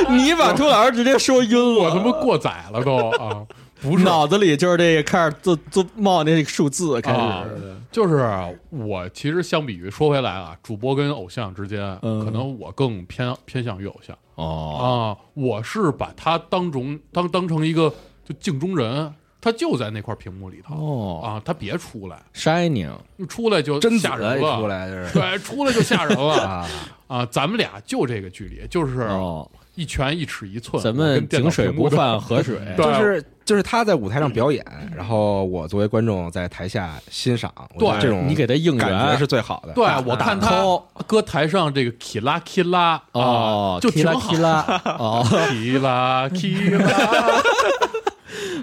你把秃老师直接说晕了，我他妈过载了都 啊，不是脑子里就是这个开始做做冒那个数字开啊始。就是我其实相比于说回来啊，主播跟偶像之间，嗯可能我更偏偏向于偶像哦，啊，我是把他当中当当成一个就镜中人，他就在那块屏幕里头哦啊，他别出来， ，Shining，出来就真子吓人一出了。来就是对，出来就吓 人了啊，啊！咱们俩就这个距离，就是哦，一拳一尺一寸，咱我们跟电脑井水屏幕不上犯河水。对就是就是他在舞台上表演，然后我作为观众在台下欣赏，我觉得对这种你给他应感觉援是最好的。 对，我看他搁台上这个 k 拉 k 拉啊哦，，就提挺拉好提。拉，哦 k 拉 k 拉，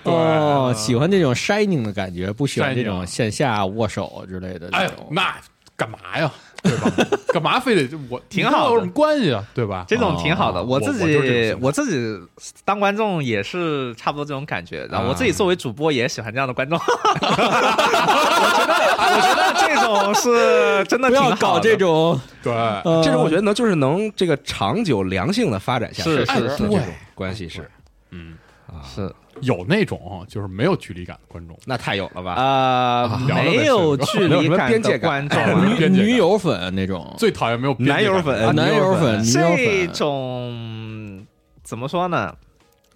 哦，喜欢这种 shining 的感觉，不喜欢这 shining 种线下握手之类的这哎种。，那干嘛呀？对吧？干嘛非得就我挺好的跟我有什么关系啊？对吧？这种挺好的。哦我我自我就是这种己性格我自己当观众也是差不多这种感觉，然后我自己作为主播也喜欢这样的观众。 我觉得我觉得这种是真的不挺好的要搞这种，对，呃这种我觉得能就是能这个长久良性的发展下去的是是这是种关系是嗯，是有那种就是没有距离感的观众，那太有了吧？啊，聊了呗没有距没有什离么感边界的感观众哎啊，没有女边界感女友粉那种，最讨厌没有边界男感友粉啊男友粉、女这友粉，种怎么说呢？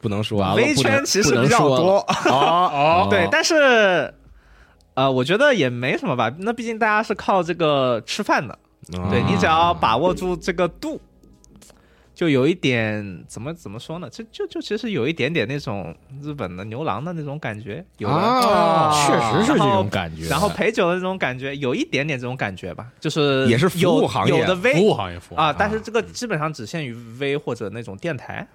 不能说完了微不能圈其实不能比较说多，哦，哦，对，但是呃，我觉得也没什么吧。那毕竟大家是靠这个吃饭的，啊哦对你只要把握住这个度，就有一点怎么怎么说呢？就就就其实有一点点那种日本的牛郎的那种感觉，有的。啊，确啊实是这然后种感觉。然后陪酒的那种感觉，有一点点这种感觉吧，就是也是服务有行业有的服 V 务行业服务啊，但是这个基本上只限于 V 或者那种电台，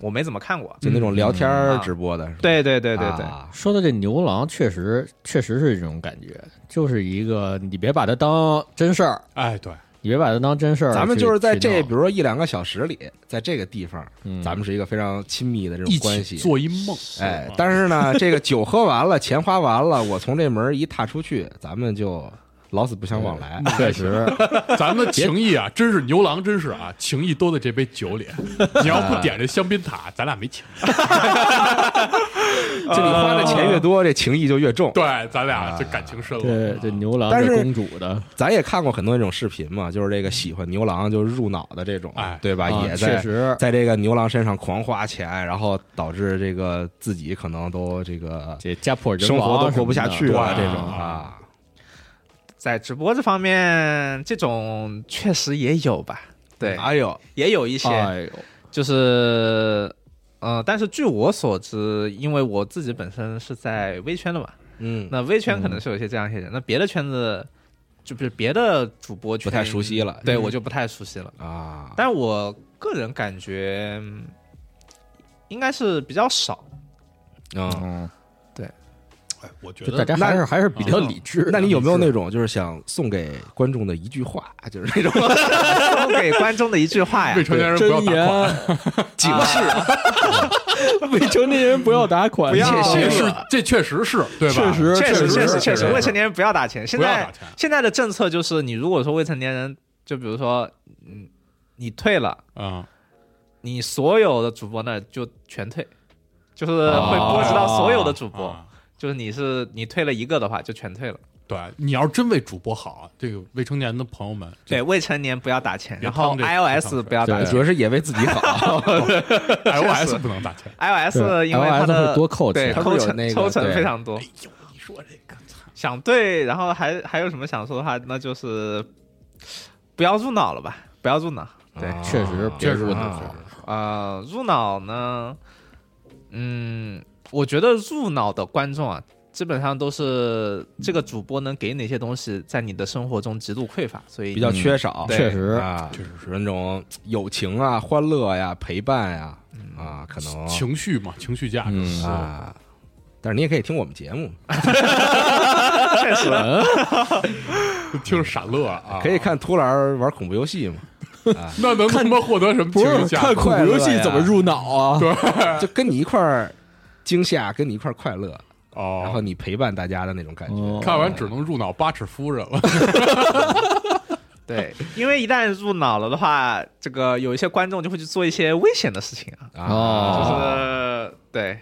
我没怎么看过。就那种聊天儿直播的，是吧对对对对对，啊说的这牛郎确实确实是这种感觉，就是一个你别把它当真事儿，哎，对，你别把它当真事儿去。咱们就是在去这，弄比如说一两个小时里，在这个地方，嗯咱们是一个非常亲密的这种一关起系。做一梦，哎嗯，但是呢， 这个酒喝完了，钱花完了，我从这门一踏出去，咱们就老死不相往来。哎确实，咱们情谊啊，真是牛郎，真是啊，情谊都在这杯酒里。你要不点这香槟塔，咱俩没情。就你花的钱越 多，这情谊就越重。对，咱俩这感情深了。对这牛郎啊但是这公主的，咱也看过很多那种视频嘛，就是这个喜欢牛郎就入脑的这种哎，对吧？啊也确在实在这个牛郎身上狂花钱，然后导致这个自己可能都这个这家破人生亡活都过不什下么的去了，对这啊种啊，在直播这方面，这种确实也有吧，对，哎呦，也有一些，啊哎呦，就是，呃，但是据我所知，因为我自己本身是在微圈的嘛，嗯，那微圈可能是有一些这样一些人，那别的圈子，就比如别的主播圈不太熟悉了对嗯我就不太熟悉了。啊，但我个人感觉，嗯应该是比较少。嗯，嗯，哎我觉就得大家还是那还是比较理智的。那你有没有那种就是想送给观众的一句话，就是那种送给观众的一 句话呀啊未，成啊年人不要真啊打款，言？警示， 未成年人不要打款，不要切这真是言这确实是对吧？确实确实确确实实确确实，实未成年人不要打钱。现不要打在钱现在的政策就是，你如果说未成年人，就比如说，嗯，你退了，啊，你所有的主播那就全退，就是会波及到所有的主播。啊就是你是你退了一个的话，就全退了。对，你要是真为主播好，这个未成年的朋友们，对，未成年不要打钱，别然后趟这这 iOS 趟水不要打主钱要啊是也为自己好， ，iOS 不能打钱。 ，iOS 因为它 iOS 的会多扣对钱它不抽是有成那个抽成对非常多。哎呦，你说这个，想对，然后还还有什么想说的话，那就是不要入脑了吧，不要入脑。对，啊确实确实不能好。呃，入脑呢，嗯，我觉得入脑的观众啊，基本上都是这个主播能给你一些东西，在你的生活中极度匮乏，所以比较缺少，对确实，啊，确实是那种友情啊、欢乐呀、陪伴呀啊，可能情绪嘛，情绪价值嗯啊。但是你也可以听我们节目，确实听着傻乐啊，可以看秃兰玩恐怖游戏嘛，哎那能他妈获得什么情绪价值？恐怖游戏怎么入脑啊？就跟你一块儿惊吓，跟你一块儿快乐，哦，然后你陪伴大家的那种感觉。哦看完只能入脑八尺夫人哎了。对，因为一旦入脑了的话，这个有一些观众就会去做一些危险的事情啊，啊，就是、哦呃对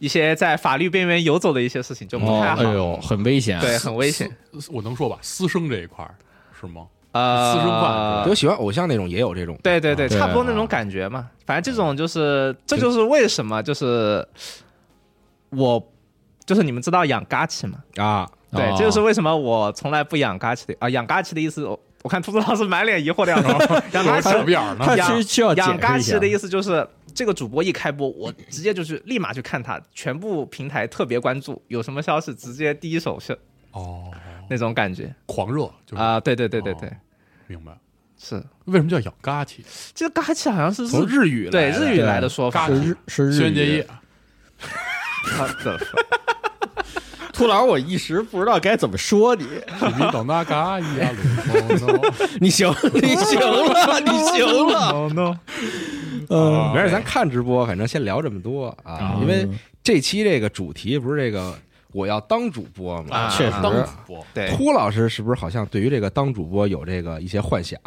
一些在法律边缘游走的一些事情就不哦太好，哎呦，很危险。对，很危险。我能说吧，私生这一块儿是吗？呃，私生饭有喜欢偶像那种，也有这种。对对对，对差不多那种感觉嘛。反正这种就是，这就是为什么就是我，就是你们知道养嘎奇嘛？啊，对，哦这就是为什么我从来不养嘎奇的啊。养嘎奇的意思，我我看兔子老师满脸疑惑的样子。 养嘎有奇傻逼眼儿呢他？其养实需要解养嘎释一奇的下。意思就是，这个主播一开播，我直接就去立马去看他，全部平台特别关注，有什么消息直接第一手是哦，那种感觉狂热就是啊、对对对对对，哦明白。是。为什么叫养嘎气？这个嘎奇好像是从日日语来对的日语来的说嘎，法奇是日是日语轩辕结衣，啊对秃老，我一时不知道该怎么说你。你懂那嘎一呀？ 鲁你行，你行了，你 行了。 ，no no。嗯，没事，咱看直播，反正先聊这么多啊，因为这期这个主题不是这个我要当主播嘛。啊确实当主播哎对，秃老师是不是好像对于这个当主播有这个一些幻想？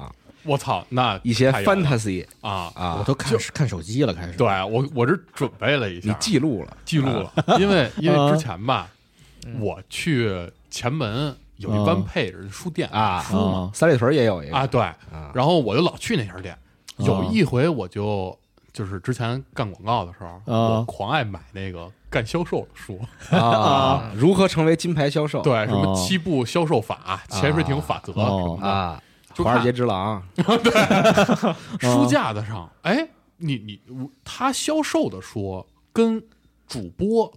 我操，那一些太有了 fantasy 啊， 我啊，都看看手机了，开始对我我这准备了一下，你记录了，嗯记录了， 因为因为之前吧，我去前门有一般配人书店啊书嘛三里屯也有一个啊，对，然后我就老去那家店，啊有一回我就。就是之前干广告的时啊候，我狂爱买那个干销售的书，啊，如何成为金牌销售？对，什么七步销售法、潜水艇法则，哦啊，就华尔看街之狼书架子上，哎，你你我他销售的书跟主播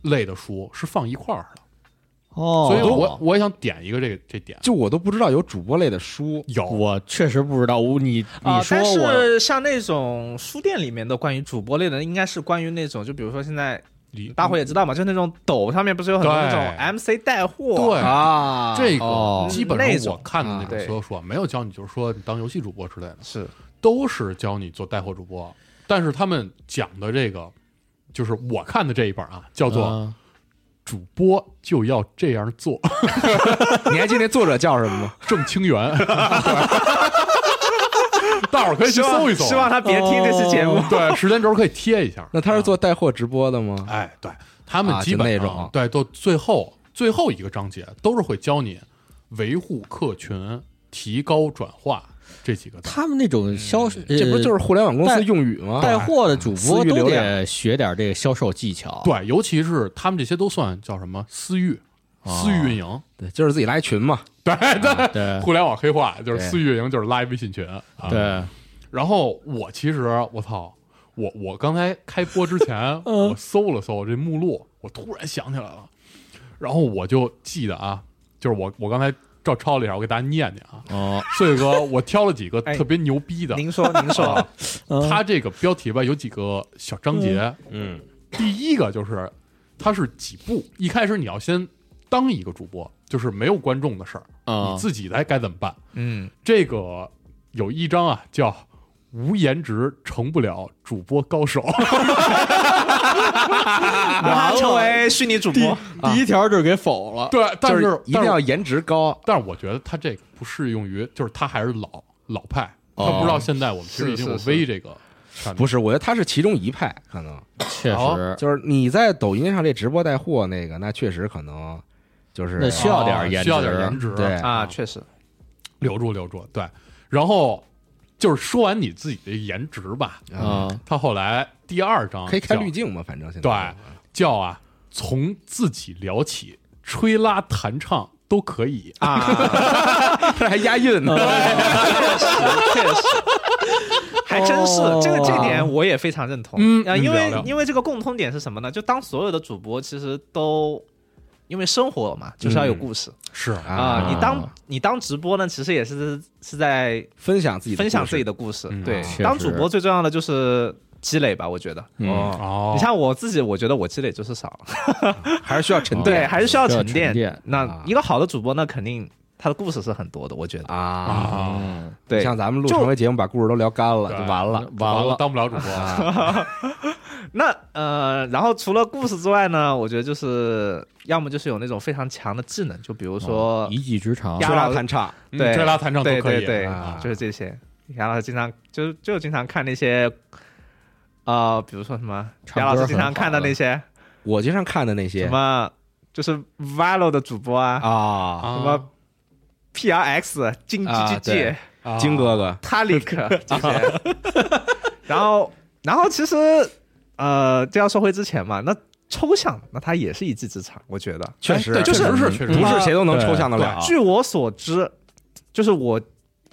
类的书是放一块儿的，哦，所以我我也想点一个这个这点。就我都不知道有主播类的 书有我确实不知道，我你啊你，说但我是像那种书店里面的关于主播类的，应该是关于那种，就比如说现在李大伙也知道嘛，就那种抖上面不是有很多那种 MC 带货，对啊这哦个基本那上种我看的那种啊所有书啊，没有教你就是说你当游戏主播之类的，是都是教你做带货主播。但是他们讲的这个，就是我看的这一本啊，叫做嗯“主播就要这样做”， 你还记得那作者叫什么 吗？郑清源。 大伙儿可以去希搜望一搜啊，希望他别听这期节目。对，时间轴可以贴一下。啊那他是做带货直播的吗？哎，对他们啊基本就那上、种对，都最后最后一个章节都是会教你维护客群、提高转化这几个字。他们那种销售，这不就是互联网公带司用语吗？带货的主私播域都流量得学点这个销售技巧，对，尤其是他们这些都算叫什么私域、私域运营。对，就是自己拉一群嘛。对对，对互联网黑话就是对私域运营，就是拉一微信群啊。对，然后我其实我操，我我刚才开播之前，我搜了搜这目录，我突然想起来了，然后我就记得啊，就是我我刚才照抄了一下，我给大家念念啊。 哦，穗哥，我挑了几个哎特别牛逼的，您说，您说，他这个标题吧有几个小章节，嗯，第一个就是它是几步，一开始你要先当一个主播，就是没有观众的事儿，啊你自己来该怎么办？嗯，这个有一章啊，叫“无颜值成不了主播 高手啊让他成为虚拟主播，啊第一条就给否了”。，对，但就是一定要但是，颜值高。但是我觉得他这个不适用于，就是他还是老老派，哦他不知道现在我们其实已经有是是微这个产品不是，我觉得他是其中一派，可能确哦实，就是你在抖音上这直播带货那个，那确实可能就是那需要点啊儿颜需要值点颜值，对啊，确实，留住留住，对。然后就是说完你自己的颜值吧，啊啊，他后来第二章可以开叫滤镜嘛，反正现对在，叫啊，从自己聊起，吹拉弹唱都可以啊。对，这还押韵呢。啊确实， 还真是哦这个这点我也非常认同。嗯啊，嗯因聊聊为因为这个共通点是什么呢？就当所有的主播其实都因为生活嘛，就是要有故事是嗯啊。你当啊你当直播呢，其实也是是在分享自己的分享自己的的故事嗯。对确，当实主播最重要的就是积累吧，我觉得。嗯，哦你像我自己，我觉得我积累就是少，故事，还是需要沉对，淀还是需要需要沉沉淀淀。那啊一个好的主播呢，肯定他的故事是很多的，我觉得。啊。啊，嗯对，像咱们录就成为节目，把故事都聊干了，对就啊完了。完完了，当不了主播了。啊，那呃，然后除了故事之外呢，我觉得就是要么就是有那种非常强的技能，就比如呃说、一技之长压吹拉弹唱，嗯对吹拉弹唱都对可以对对、啊就是这些。杨老师经常就就经常看那些，呃，比如说什么唱杨歌老师经常很好看的的那些我经常看的那什些么，就是 Valo 的主播啊，啊，什啊么 PRX 金啊 G G G 对、金哥哥 Talik 这些， 然后然后其实呃，这要说回之前嘛，那抽象那它也是一技之长，我觉得。确实嗯哎对就是确实是确实不是谁都能对抽象得了。啊据我所知，就是我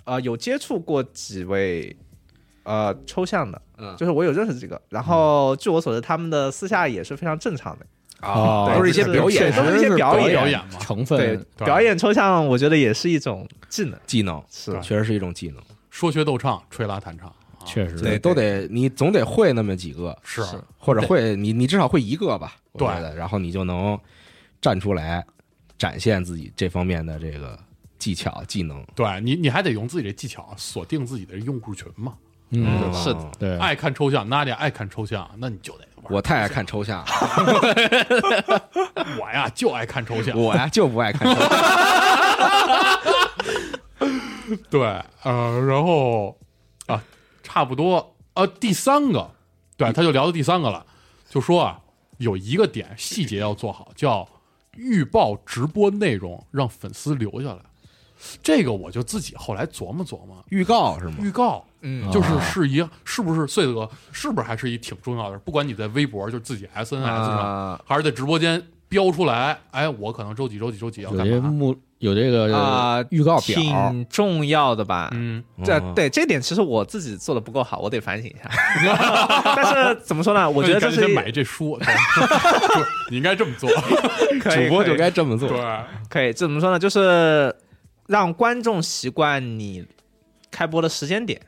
呃有接触过几位呃抽象的，嗯就是我有认识几个。然后据我所知，他们的私下也是非常正常的，啊都是一些表演确哦实都是一些表表演。演嘛，成对分，，对表演抽象，我觉得也是一种技能。技能，是对确实是一种技能。说学逗唱，吹拉弹唱，啊确实对，都得你总得会那么几个，是或者会你你至少会一个吧，我对觉得，然后你就能站出来，展现自己这方面的这个技巧技能，对你，你还得用自己的技巧锁定自己的用户群嘛。嗯，对吧是的，对，爱看抽象，娜姐爱看抽象，那你就得玩我太爱看抽象，了，我 呀，就爱看抽象。我呀就不爱看抽象。对，呃，然后啊，差不多，呃，第三个，对，他就聊到第三个了，就说啊，有一个点细节要做好，叫预报直播内容，让粉丝留下来。这个我就自己后来琢磨琢磨，预告是吗？预告，啊嗯就是是一是不是穗子哥是不是还是一挺重要的？不管你在微博，就是自己 S N S 上，啊还是在直播间标出来，哎，我可能周几周几周几要有干这嘛？幕有这个啊预告表，挺重要的吧？嗯，这嗯对这点其实我自己做的不够好，我得反省一下。 但是怎么说呢？我觉得那 这你赶紧先是一买这书， 对你应该这么做。可以主播可以就该这么做。对，可以，这怎么说呢？就是让观众习惯你开播的时间点，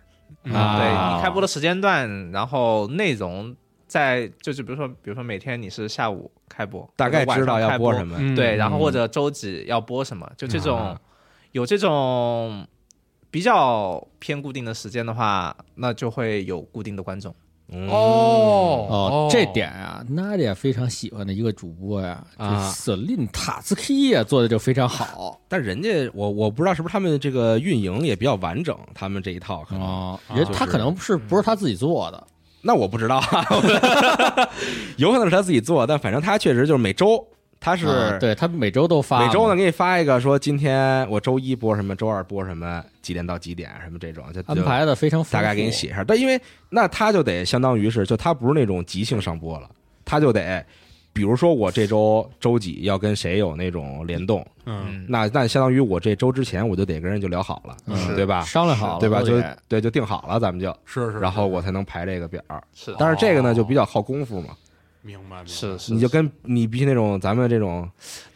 嗯啊对你开播的时间段，然后内容在就是比如说，比如说每天你是下午开播，大概或者知道晚要上开播播什么，嗯对，然后或者周几要播什么，就这种啊有这种比较偏固定的时间的话，那就会有固定的观众。嗯哦哦，这点啊，娜姐非常喜欢的一个主播呀，啊哦瑟琳塔斯基呀，做的就非常好但人家我我不知道是不是他们这个运营也比较完整，他们这一套可能。哦啊人就是他可能是不是他自己做的？那我不知道，啊 有可能是他自己做，但反正他确实就是每周他是、啊对他每周都发嘛，每周呢给你发一个说今天我周一播什么，周二播什么，几点到几点什么这种就安。排的非常就丰富大概给你写一下，但因为那他就得相当于是，就他不是那种即兴上播了，他就得，比如说我这周周几要跟谁有那种联动，嗯，嗯，那那相当于我这周之前我就得跟人就聊好了，嗯对吧？商量好了，对吧？都就得对，就定好了，咱们就，是是，然后我才能排这个表儿。是的但是这个呢，哦就比较耗功夫嘛，明白明白是是，哎你就跟你必须那种咱们这种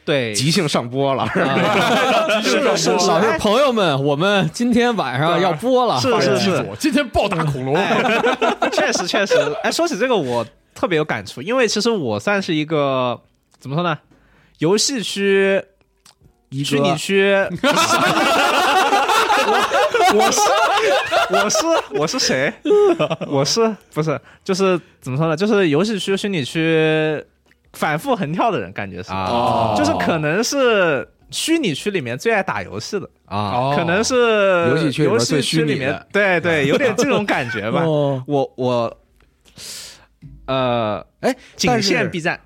对即兴上播了，啊 是的是的老是师朋友们，我们今天晚上要播了，哎是是哎是，哎我今天暴打恐龙，确实确实，哎，说起这个我特别有感触，因为其实我算是一个怎么说呢，游戏区、一虚拟 区，我我是我是我是谁？我是不是就是怎么说呢？就是游戏区、虚拟区反复横跳的人，感觉是，啊，就是可能是虚拟区里面最爱打游戏的。啊，哦嗯可能是游戏区里面游最戏虚区拟里面的，对对，有点这种感觉 吧。哦我我，呃，哎，仅但是限 B 站，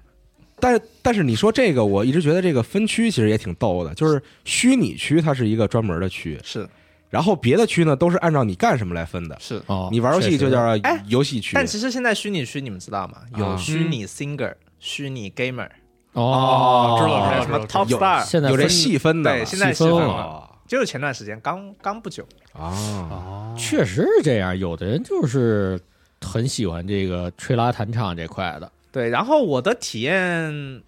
但是但是你说这个，我一直觉得这个分区其实也挺逗的，就是虚拟区它是一个专门的区，是然后别的区呢都是按照你干什么来分的，是。哦，你玩游戏就叫哎游戏区，但其实现在虚拟区你们知道吗？啊有虚拟 singer、虚拟 gamer，哦，知道还知道有什么知道 Top 有 Star，现在有这分细分的对，了现在细是分很了好就是前段时间刚刚不久，啊，哦确实是这样，有的人就是很喜欢这个吹拉弹唱这块的，对。然后我的体验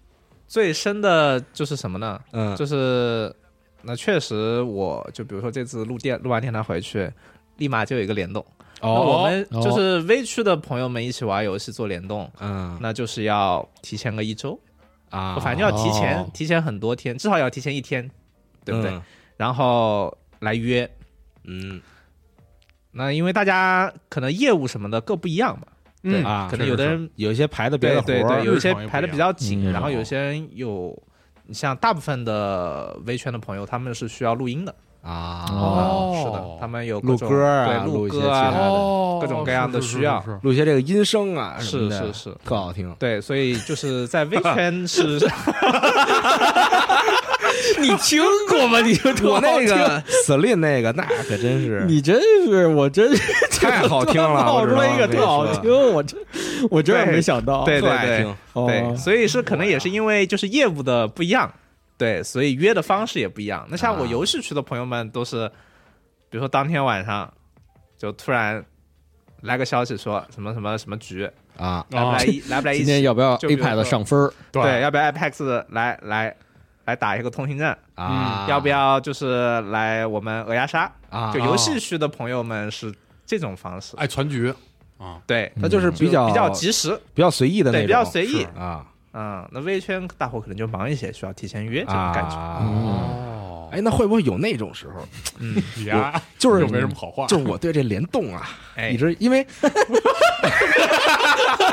最深的就是什么呢？嗯，就是那确实，我就比如说这次录电录完电台回去，立马就有一个联动。那我们哦就是 V 区的朋友们一起玩游戏做联动，嗯那就是要提前个一周，啊，反正要提前哦提前很多天，至少要提前一天，对不对？嗯然后来约。嗯那因为大家可能业务什么的各不一样嘛，嗯啊可能有的人有一些排的别对的活对对，儿有一些日程也不一样排的比较紧，嗯然后有些人有，你像大部分的维权的朋友，他们是需要录音的，啊，哦是的，他们有各录种歌啊对，录录一些歌其他啊，的哦，各种各样的需要是是是录一些这个音声啊，是什么的是是特好 听。对，所以就是在维权是，你听过吗？你就我那个 Celine 那个，那可真 是啊你真是，我真是太好听了，冒出来一个特好听，我真我真是没想到。对对对对对听。哦对，所以是可能也是因为就是业务的不一样，对，所以约的方式也不一样。那像我游戏区的朋友们都是，比如说当天晚上就突然来个消息说什么什么什么局，啊来不啊来一来不来一今天起？要不要就比 A 如说 pad 上分儿？对，，要不要 Apex 来来来打一个通行证？啊！要不要就是来我们鹅鸭杀？啊就？游戏区的朋友们是这种方式，哎，全局啊，对，那就是比较比较及时，比较随意的那种，对，比较随意。啊嗯，那微圈大伙可能就忙一些，需要提前约哎这种感觉。啊！哦，哎，那会不会有那种时候，呀，就是啊又没什么好 话，就是我对这联动啊，哎一直因为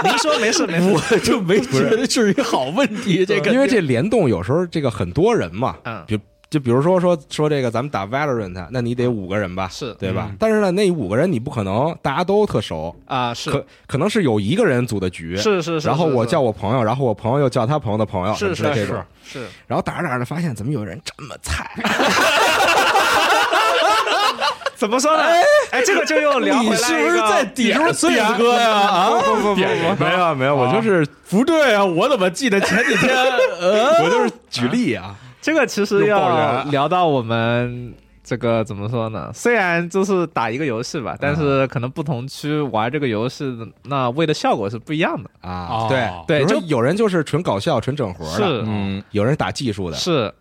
您说没事没事，我就没觉得是一个好问题。这个因为这联动有时候这个很多人嘛，嗯就就比如说说说这个，咱们打 Valorant，那你啊得五个人吧，是嗯对吧？但是呢，那五个人你不可能大家都特熟，啊，是可可能是有一个人组的局，是是是，然后是我是叫我朋友，然后我朋友又叫他朋友的朋友，是什么之类是这种是。是，然后打着打着发现，怎么有人这么菜？ 怎么说呢？哎，这个就又聊回来一个点儿孙子哥 呀？啊，不不不点什不，么没有没有，我就是不对啊，我怎么记得前几 天？我就是哦举例啊，这个其实又抱怨要了聊到我们这个怎么说呢？虽然就是打一个游戏吧，啊但是可能不同区玩这个游戏的，那为的效果是不一样的。啊哦，对对比如说就有人就是纯搞笑、纯整活的，是嗯，有人打技术的，是，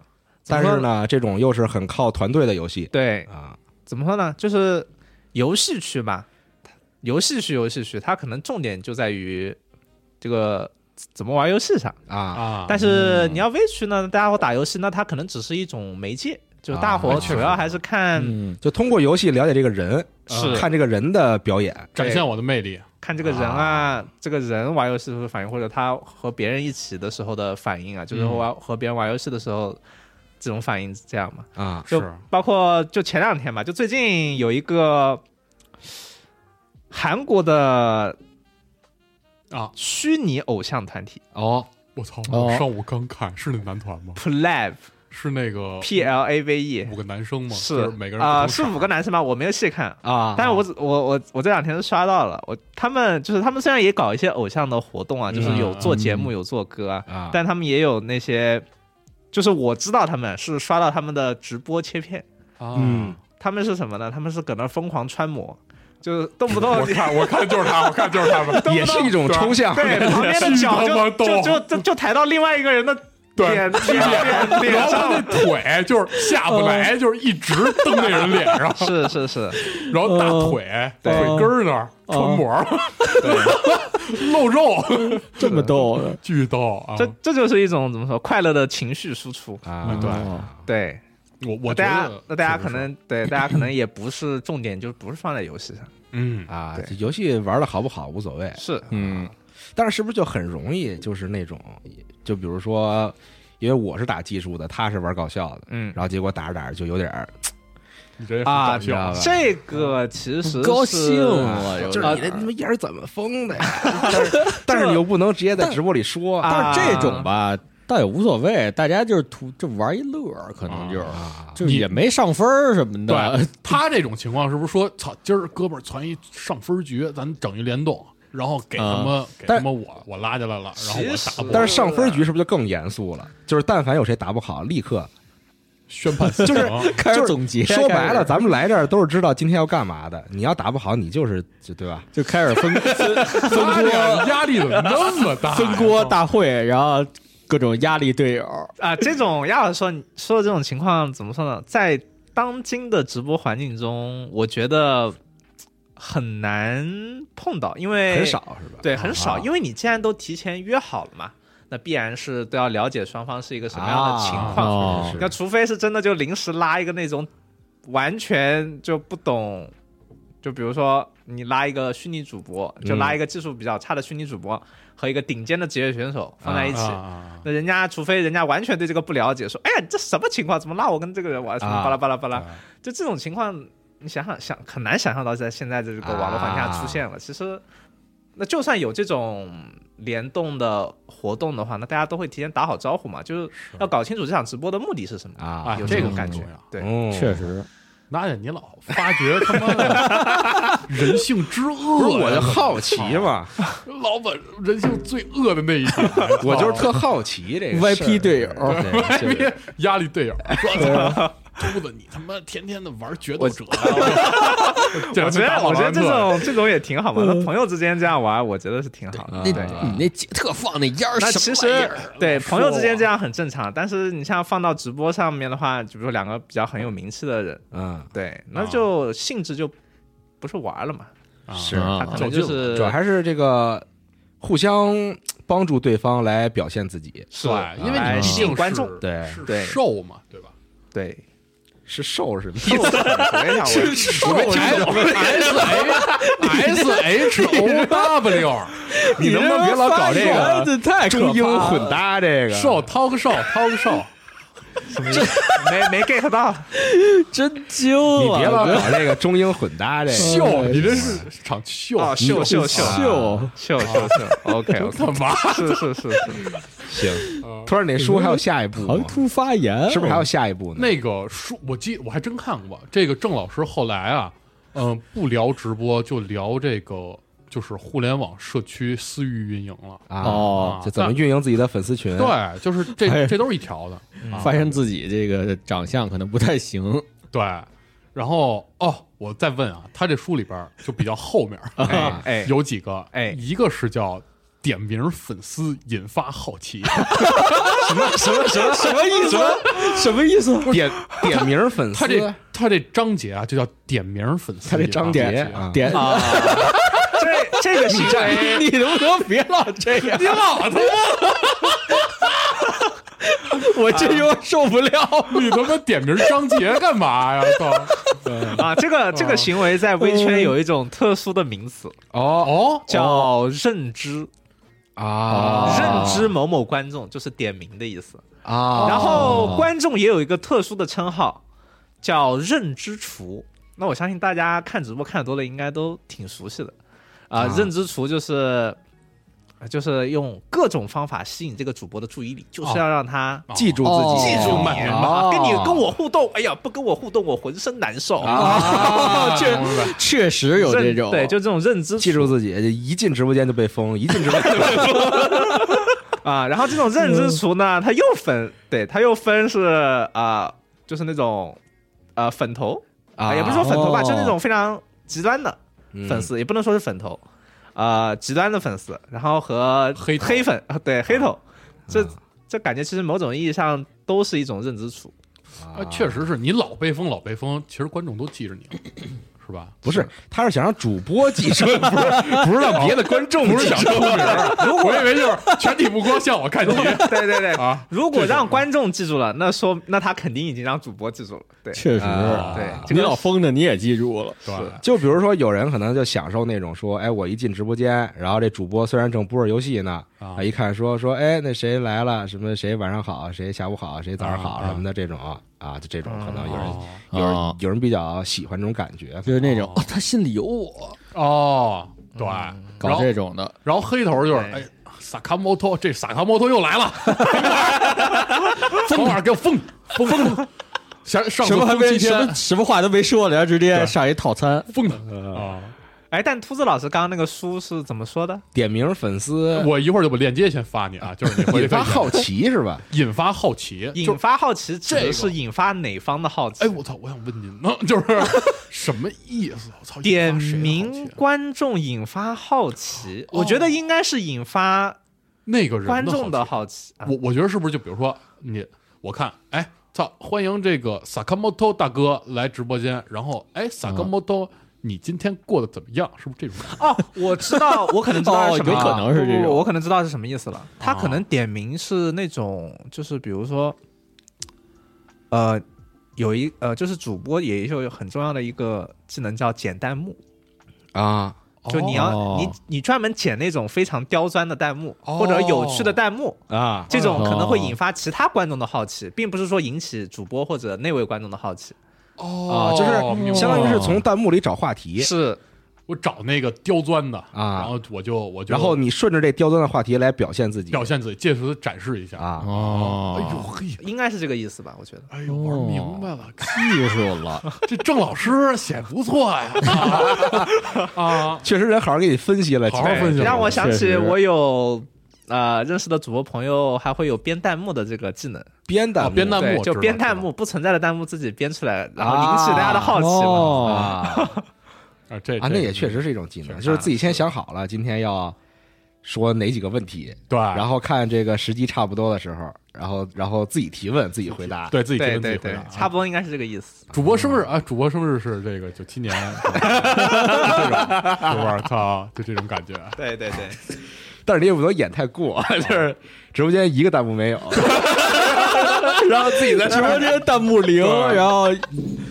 怎但么是说，呢，这种又是很靠团队的游戏对，啊，怎么说呢？就是游戏区吧，游戏区游戏区，它可能重点就在于这个怎么玩游戏上。啊啊，但是你要微区呢，大家伙打游戏，那它可能只是一种媒介，就是大伙啊主要还是看、嗯，就通过游戏了解这个人，是看这个人的表演，展现我的魅力，看这个人啊，这个人玩游戏的时候反应，或者他和别人一起的时候的反应啊，就是嗯玩、和别人玩游戏的时候这种反应是这样嘛？啊就是包括就前两天嘛，就最近有一个韩国的啊虚拟偶像团体哦，我操！我上午刚看是那男团吗？ Plave 是那个 P L A V E 五个男生吗？是就嗯每个人啊、不同是色五个男生吗？我没有细看，啊但是我只我我我这两天都刷到了，我他们就是他们虽然也搞一些偶像的活动啊，嗯就是有做节目、有做歌啊，啊但他们也有那些，就是我知道他们是刷到他们的直播切片，啊嗯，他们是什么呢？他们是搁那疯狂穿模，就是动不动我看我看就是他，我看就是他们，也是一种抽象，对旁边的脚巨他妈就逗就就就就抬到另外一个人的对脸脸脸然脸后他上那了。腿就是下不嗯来，就是一直蹬那人脸上，是是是，然后大腿对腿根儿那儿穿膜， 露肉，这么逗的，巨逗啊！这这就是一种怎么说快乐的情绪输出。啊，嗯对嗯对，我我觉大家得那大家确实可能对大家可能也不是重点，就是不是放在游戏上。嗯啊对，这游戏玩的好不好无所谓，是嗯，但是是不是就很容易就是那种，就比如说，因为我是打技术的，他是玩搞笑的，嗯然后结果打着打着就有点儿你这也很啊搞笑你知道吧这个其实高是兴啊！有就点是你这他妈眼儿怎么疯 的呀？但是但是你又不能直接在直播里说啊但是这种吧，倒也无所谓，大家就是图就玩一乐儿，可能就是、啊就是也没上分儿什么的对。他这种情况是不是说，操，今儿哥们儿攒一上分局，咱整一联动，然后给他妈、给他但妈我我拉进来了，然后我其实打不但是上分局是不是就更严肃了？就是但凡有谁打不好，立刻宣判死就是刑 开始总结，说白开了，始咱们来这儿都是知道今天要干嘛的。你要打不好，你就是就对吧？就开始分分分他这锅个压 力怎么那么大呀？ 分锅大会，然后各种压力队友。啊，这种要说你说的这种情况怎么说呢？在当今的直播环境中，我觉得很难碰到，因为很，少是吧？对，很少，啊因为你既然都提前约好了嘛，那必然是都要了解双方是一个什么样的情况。哦啊确实那是除非是真的就临时拉一个那种完全就不懂，就比如说你拉一个虚拟主播，就拉一个技术比较差的虚拟主播和一个顶尖的职业选手放在一起，啊，那人家除非人家完全对这个不了解，说哎呀这什么情况，怎么拉我跟这个人玩什么啊巴拉巴拉巴拉，啊就这种情况，你想想想很难想象到在现在的这个网络环境下出现了。啊其实，那就算有这种联动的活动的话，那大家都会提前打好招呼嘛，就是要搞清楚这场直播的目的是什么，啊，哎有这这个种感觉很重要。对，嗯确实，娜姐，你老发掘他妈的人性之恶不是呀，我就好奇嘛，老把人性最恶的那一点，我就是特好奇这个 VIP 队友友别压力队友，说操，秃子，你他妈天天的玩决斗者呀， 这两我觉天打得宝我觉得蓝这特种这种也挺好嘛，那朋友之间这样玩，我觉得是挺好的。那你那杰特放那烟儿啊 那什其么实玩意儿？对说朋友之间这样很正常，但是你像放到直播上面的话，就比如说两个比较很有名气的人，嗯，对，那就性质就不是玩了嘛，是啊他可能就是主要还是这个互相帮助对方来表现自己，是对，因为来你毕吸竟引是观众，对是对瘦嘛，对吧？对，是瘦是吗？没想过我没听懂 S H O W 你能不能别老搞这你这玩意个儿这太可怕中了英混搭这个瘦 talk show talk show 没没 get 到，真精啊！你别老哥搞这个中英混搭这个。秀，你这是场秀哦秀秀秀秀，秀秀秀，OK 干 OK，嘛？是是是是，行，突然你书还有下一步唐吗？突发言，是不是还有下一步呢？那个书我记我还真看过，这个郑老师后来啊，嗯、不聊直播就聊这个就是互联网社区私域运营了。啊，哦？就怎么运营自己的粉丝群？对，就是哎这这都是一条的。啊发现自己这个长相可能不 太行，对，然后哦，我再问啊，他这书里边儿就比较后面儿啊哎哎，有几个，哎一个是叫点名粉丝引发好奇，什么什么什么意思？什么意思？点点名粉丝，他哦这他这章节啊就叫点名粉丝，他这章节啊啊，点， 这这个行为你能不能别 老这样？你老他妈，我这又受不了。你他妈点名章节干嘛呀？操！啊，这个这个行为在微圈有一种特殊的名词，哦哦叫认知，啊认知某某观众就是点名的意思。啊，然后观众也有一个特殊的称号，叫认知厨。那我相信大家看直播看多了，应该都挺熟悉的。啊、啊认知厨就是，呃就是用各种方法吸引这个主播的注意力，就是要让他哦，记住自己，记住你，明白哦跟你跟我互动。哎呀，不跟我互动，我浑身难受。 啊，确明白确实有这认种，对，就这种认知记厨住自己，就一进直播间就被封，一进直播间就 被封啊，然后这种认知厨呢，它又分，对，它又分是啊、就是那种呃粉头啊，嗯也不是说粉头吧，哦就那种非常极端的粉丝，也不能说是粉头，啊，极端的粉丝，然后和黑头黑粉，啊 对黑头，这这感觉其实某种意义上都是一种认知 厨，啊，确实是你老被封老被封，其实观众都记着你了，是吧？不是，他是想让主播记 住，不是不是让别的观众不是记想住出名儿，我以为就是全体目光向我 看齐对对对，啊。如果让观众记住了，那说那他肯定已经让主播记住了，对确实。啊对，这你个老疯着你也记住了，对，就比如说，有人可能就享受那种说，哎，我一进直播间，然后这主播虽然正播着游戏呢，啊啊，一看说说，哎，那谁来了？什么谁晚上好，谁下午好，谁早上好啊什么的这种啊，就这种可能有人哦有人哦有人比较喜欢这种感觉，就是那种、哦他心里有我，哦，对，然搞后这种的，然后黑头就是哎对，萨卡摩托，这萨卡摩托又来了，封玩儿给我封封封，上上次什么还封没七什天么什么话都没说呢，直接上一套餐，封的啊！哎，但秃子老师刚刚那个书是怎么说的？点名粉丝我一会儿就把链接先发你啊，就是你回去嗯引看发一下好奇是 吧？引发好奇，就引发好奇指这个的是引发哪方的好奇？哎，我操！我想问您呢，就是什么意思？我操！点引发谁的好奇啊名观众引发好奇，我觉得应该是引发那个人观众的的好好奇。啊奇，我我觉得是不是就比如说你，我看，哎，操，欢迎这个萨卡摩托大哥来直播间，然后哎，萨卡摩托，你今天过得怎么样？是不是这种感觉？哦，我知道，我可能知道是什么，哦有可能是这种不不我可能知道是什么意思了。他可能点名是那种，就是比如说，呃，有一呃，就是主播也有很重要的一个技能叫剪弹幕，啊，就你要、哦你你专门剪那种非常刁钻的弹幕、哦或者有趣的弹幕啊这种可能会引发其他观众的好奇，并不是说引起主播或者那位观众的好奇。啊哦就是相当于是从弹幕里找话题，是，我找那个刁钻的啊然后我就我就然后你顺着这刁钻的话题来表现自己表现自己，借此展示一下。啊，哎哦呦嘿，应该是这个意思吧？我觉得。哎呦，玩明白了， 哎技术了，这郑老师写不错呀！啊，确实人好好给你分析了，好好分析让我想确起实我有呃认识的主播朋友还会有编弹幕的这个技能，编啊的编弹幕对，我就知道编弹幕不存在的弹幕自己编出来，然后引起大家的好奇嘛。哦，啊。啊，这啊，那也确实是一种技能，就是自己先想好了今天要说哪几个问题，对，然后看这个时机差不多的时候，然后然后自己提问自己回答。对自己提对问自己对回对答，，差不多应该是这个意思。主播生日啊，主播生日是这个九七年，这 种是吧？ 操，就这种感觉。对对对，但是你也不能演太过， 就是直播间一个弹幕没有， 然后自己在直直播播间间弹幕零，对然后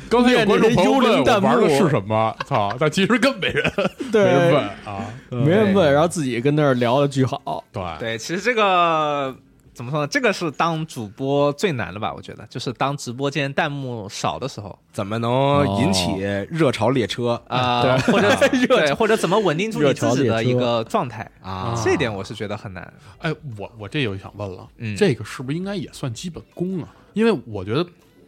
刚才有观众朋友念问我你这幽灵弹幕玩的是什么，操，但其实根本没人没人问对啊。没人问，然后自己跟那儿聊的巨好，对，对，其实这个怎么说呢？这个是当主播最难的吧？我觉得，就是当直播间弹幕少的时候怎么能引起热潮列车啊、或者对，或者怎么稳定住你热潮自己的一列车个状态啊？这一点我是觉得很难。哎，我我这又想问了，嗯这个是不是应该也算基本功啊？因为我觉得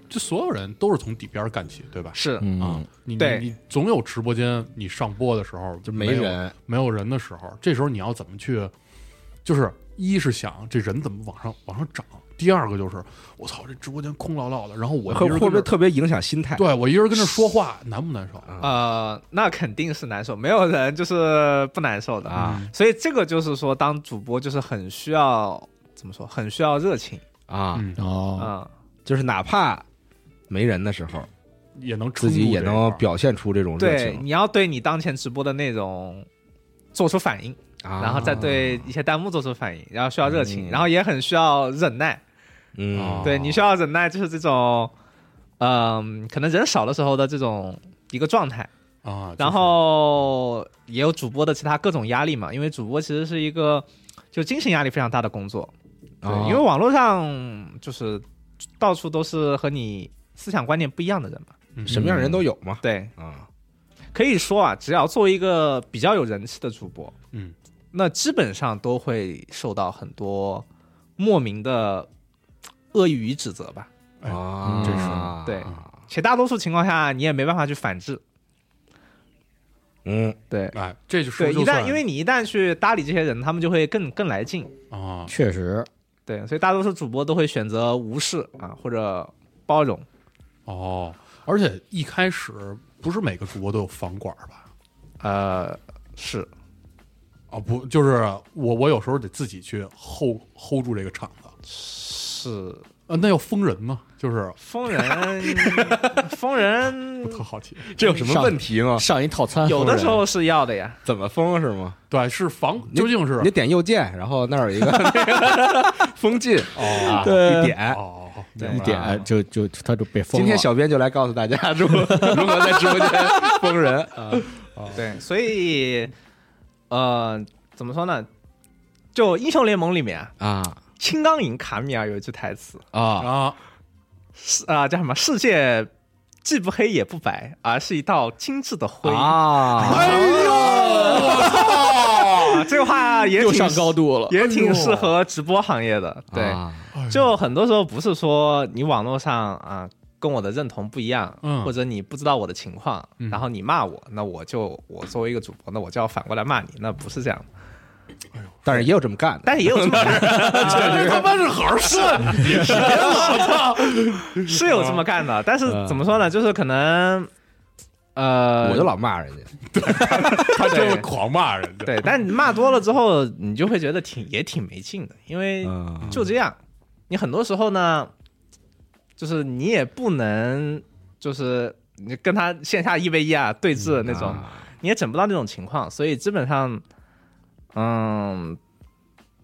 这所有人都是从底边儿干起，对吧？是，嗯嗯啊，你你对你总有直播间你上播的时候就没有人，没有人的时候，这时候你要怎么去？就是一是想这人怎么往上往上涨，第二个就是我操这直播间空落落的，然后我一会人会跟不这会特别影响心态？对我一人跟这说话难不难受？呃，那肯定是难受，没有人就是不难受的啊。所以这个就是说，当主播就是很需要怎么说，很需要热情啊，嗯，哦，啊、就是哪怕没人的时候，也能撑自己住也这一块能儿表现出这种热对，情你要对你当前直播的内容做出反应，啊，然后再对一些弹幕做出反应，然后需要热情，嗯然后也很需要忍耐。嗯哦对你需要忍耐，就是这种，嗯、可能人少的时候的这种一个状态。啊，就是然后也有主播的其他各种压力嘛，因为主播其实是一个就精神压力非常大的工作，对，哦因为网络上就是到处都是和你思想观念不一样的人嘛，嗯什么样的人都有嘛对，啊，可以说啊，只要作为一个比较有人气的主播，嗯，那基本上都会受到很多莫名的恶意与指责吧，哎啊，真是对，且大多数情况下你也没办法去反制，嗯，对。哎，这就是对，就一旦算因为你一旦去搭理这些人，他们就会更更来劲，啊，确实，对，所以大多数主播都会选择无视啊，或者包容。哦，而且一开始不是每个主播都有房管吧？呃，是哦，不，就是我，我有时候得自己去 hold hold 住这个场子。是，呃，那要封人吗？就是疯人，疯 人我特好奇，这有什么上问题吗？上一套餐有的时候是要的呀。怎么封是吗？对，是防究竟是你点右键，然后那儿有一个封禁，啊哦，一点。哦，哦对一点就就他就被封今了。天小编就来告诉大家如何如何在直播间封人啊，对，所以呃，怎么说呢？就英雄联盟里面啊，啊青钢影卡米尔有一句台词啊啊，是啊、叫什么？世界既不黑也不白，而是一道精致的灰啊 啊！哎呦， 这个话也又挺上高度了，哎也挺适合直播行业的。对，啊就很多时候不是说你网络上啊跟我的认同不一样，嗯或者你不知道我的情况，嗯然后你骂我，那我就我作为一个主播，那我就要反过来骂你，那不是这样，但是也有这么干的，但是也有这么哎这他妈是好好说， 是有这么干的，但是怎么说呢，就是可能呃，我就老骂人家。他真会狂骂人家。对，但你骂多了之后，你就会觉得挺也挺没劲的，因为嗯就这样，你很多时候呢，就是你也不能就是。你跟他线下一 v 一啊对峙的那种，你也整不到那种情况，所以基本上，嗯，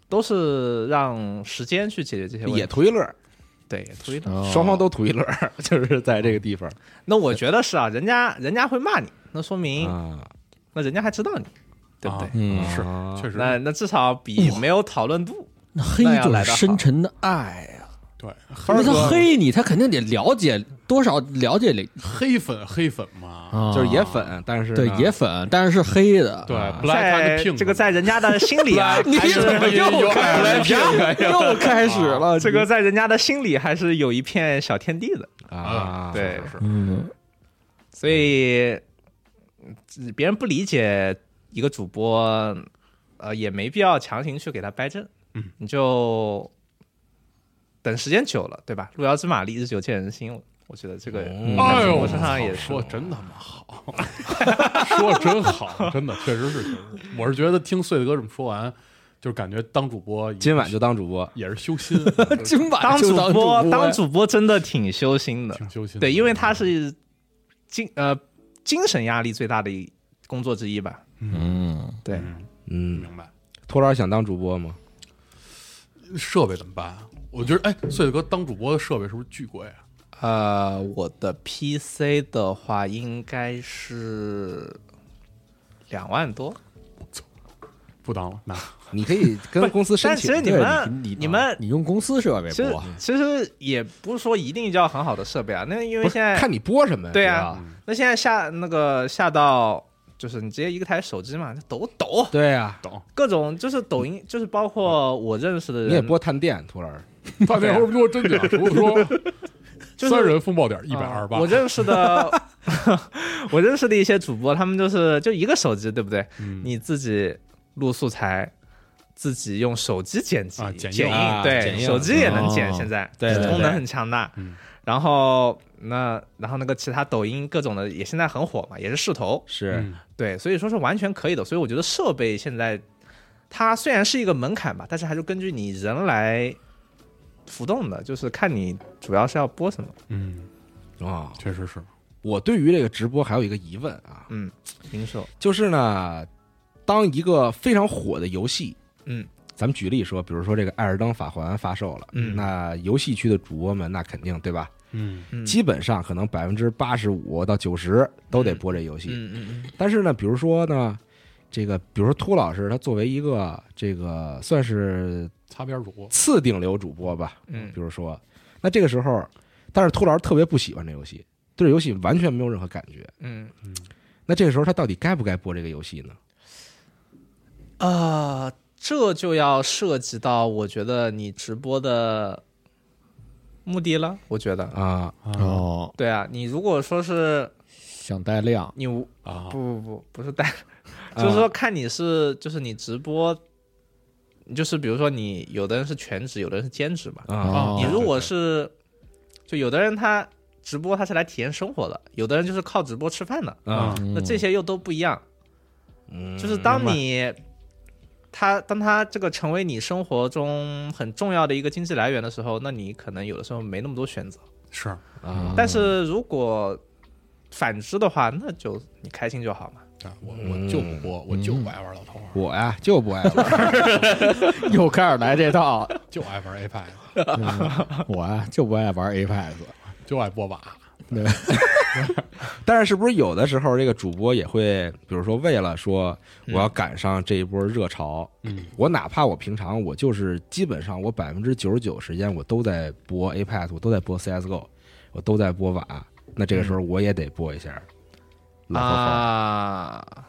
都是让时间去解决这些问也题。图一乐，对，也推的。哦双方都图一乐， 就是在这个地方那我觉得是啊，人家人家会骂你，那说明、啊，那人家还知道你，对不对？啊嗯，是，哦确实，那那至少比没有讨论度。那黑那要就来是得好深沉的爱呀。对，那他黑你，他肯定得了解多少了解你，黑粉黑粉嗯嘛，啊就是野粉，但是对呢野粉，但是是黑的。对在，black and pink 这个在人家的心里啊，你还是怎么又开始 又开始了？这个在人家的心里还是有一片小天地的。啊，对，嗯，所以嗯别人不理解一个主播，呃，也没必要强行去给他掰正。嗯，你就等时间久了，对吧？路遥知马力，日久见人心。我我觉得这个，嗯哎呦，我身上也是说真他妈好， 说真好，真的确实是，确实是。我是觉得听穗子哥这么说完，就是感觉当主播也今晚就当主播，也是修 心，啊今晚当主就当播，当主主播真的挺修心的。挺修心的。对，因为他是精呃精神压力最大的一工作之一吧。嗯，对，嗯，明白托老师想当主播 吗？嗯设备怎么办？我觉得，哎，穗子哥当主播的设备是不是巨贵啊？呃，我的 PC 的话应该是两万多。不当了， 那你可以跟公司申但其请。实你对们你你们你用公司设备其实播，其实也不是说一定要很好的设备啊，那因为不是现在看你播什么呀？对呀、啊那现在下那个下到就是你直接一个台手机嘛，就抖抖对啊呀、各种就是抖音，就是包括我认识的人，你也播探店，徒儿。饭店会不会真假？除了 说就是三人风暴点一啊百二十八嗯我，认识的， 我认识的一些主播，他们就是就一个手机，对不对？嗯你自己录素材，自己用手机剪辑、啊剪剪映，映啊对，剪映手机也能哦剪，现在、对对对功能很强大。嗯然后那然后那个其他抖音各种的也现在很火嘛，也是势头，是、嗯对，所以说是完全可以的。所以我觉得设备现在它虽然是一个门槛吧，但是还是根据你人来浮动的，就是看你主要是要播什么。嗯，啊、确实是，我对于这个直播还有一个疑问啊，嗯，零售，就是呢，当一个非常火的游戏，嗯，咱们举例说，比如说这个《艾尔登法环》发售了，嗯那游戏区的主播们那肯定对吧？嗯嗯基本上可能百分之八十五到九十都得嗯播这游戏。嗯嗯但是呢，比如说呢，这个比如说秃老师，他作为一个这个算是擦边主播，次顶流主播吧，嗯比如说，那这个时候，但是秃老师特别不喜欢这游戏，对这游戏完全没有任何感觉。嗯那这个时候他到底该不该播这个游戏呢？啊、这就要涉及到我觉得你直播的目的了。我觉得，啊，哦，对啊，你如果说是想带量，你无啊不，不不不是带，就是说看你是就是你直播，就是比如说你有的人是全职，有的人是兼职嘛。啊你如果对是，就有的人他直播他是来体验生活的，有的人就是靠直播吃饭的，啊，嗯那这些又都不一样。嗯就是当明白你他当他这个成为你生活中很重要的一个经济来源的时候，那你可能有的时候没那么多选择。是啊，但是如果反之的话，那就你开心就好嘛。对我嗯我就不播，我就不爱玩老头儿，我呀就不爱玩，又开始来这套，就爱玩 A 派，我啊就不爱玩 Apex，就爱播把，对，但是是不是有的时候这个主播也会，比如说为了说我要赶上这一波热潮，嗯，我哪怕我平常我就是基本上我百分之九十九时间我都在播 Apex，我都在播 CSGO，我都在播瓦，那这个时候我也得播一下老头环啊，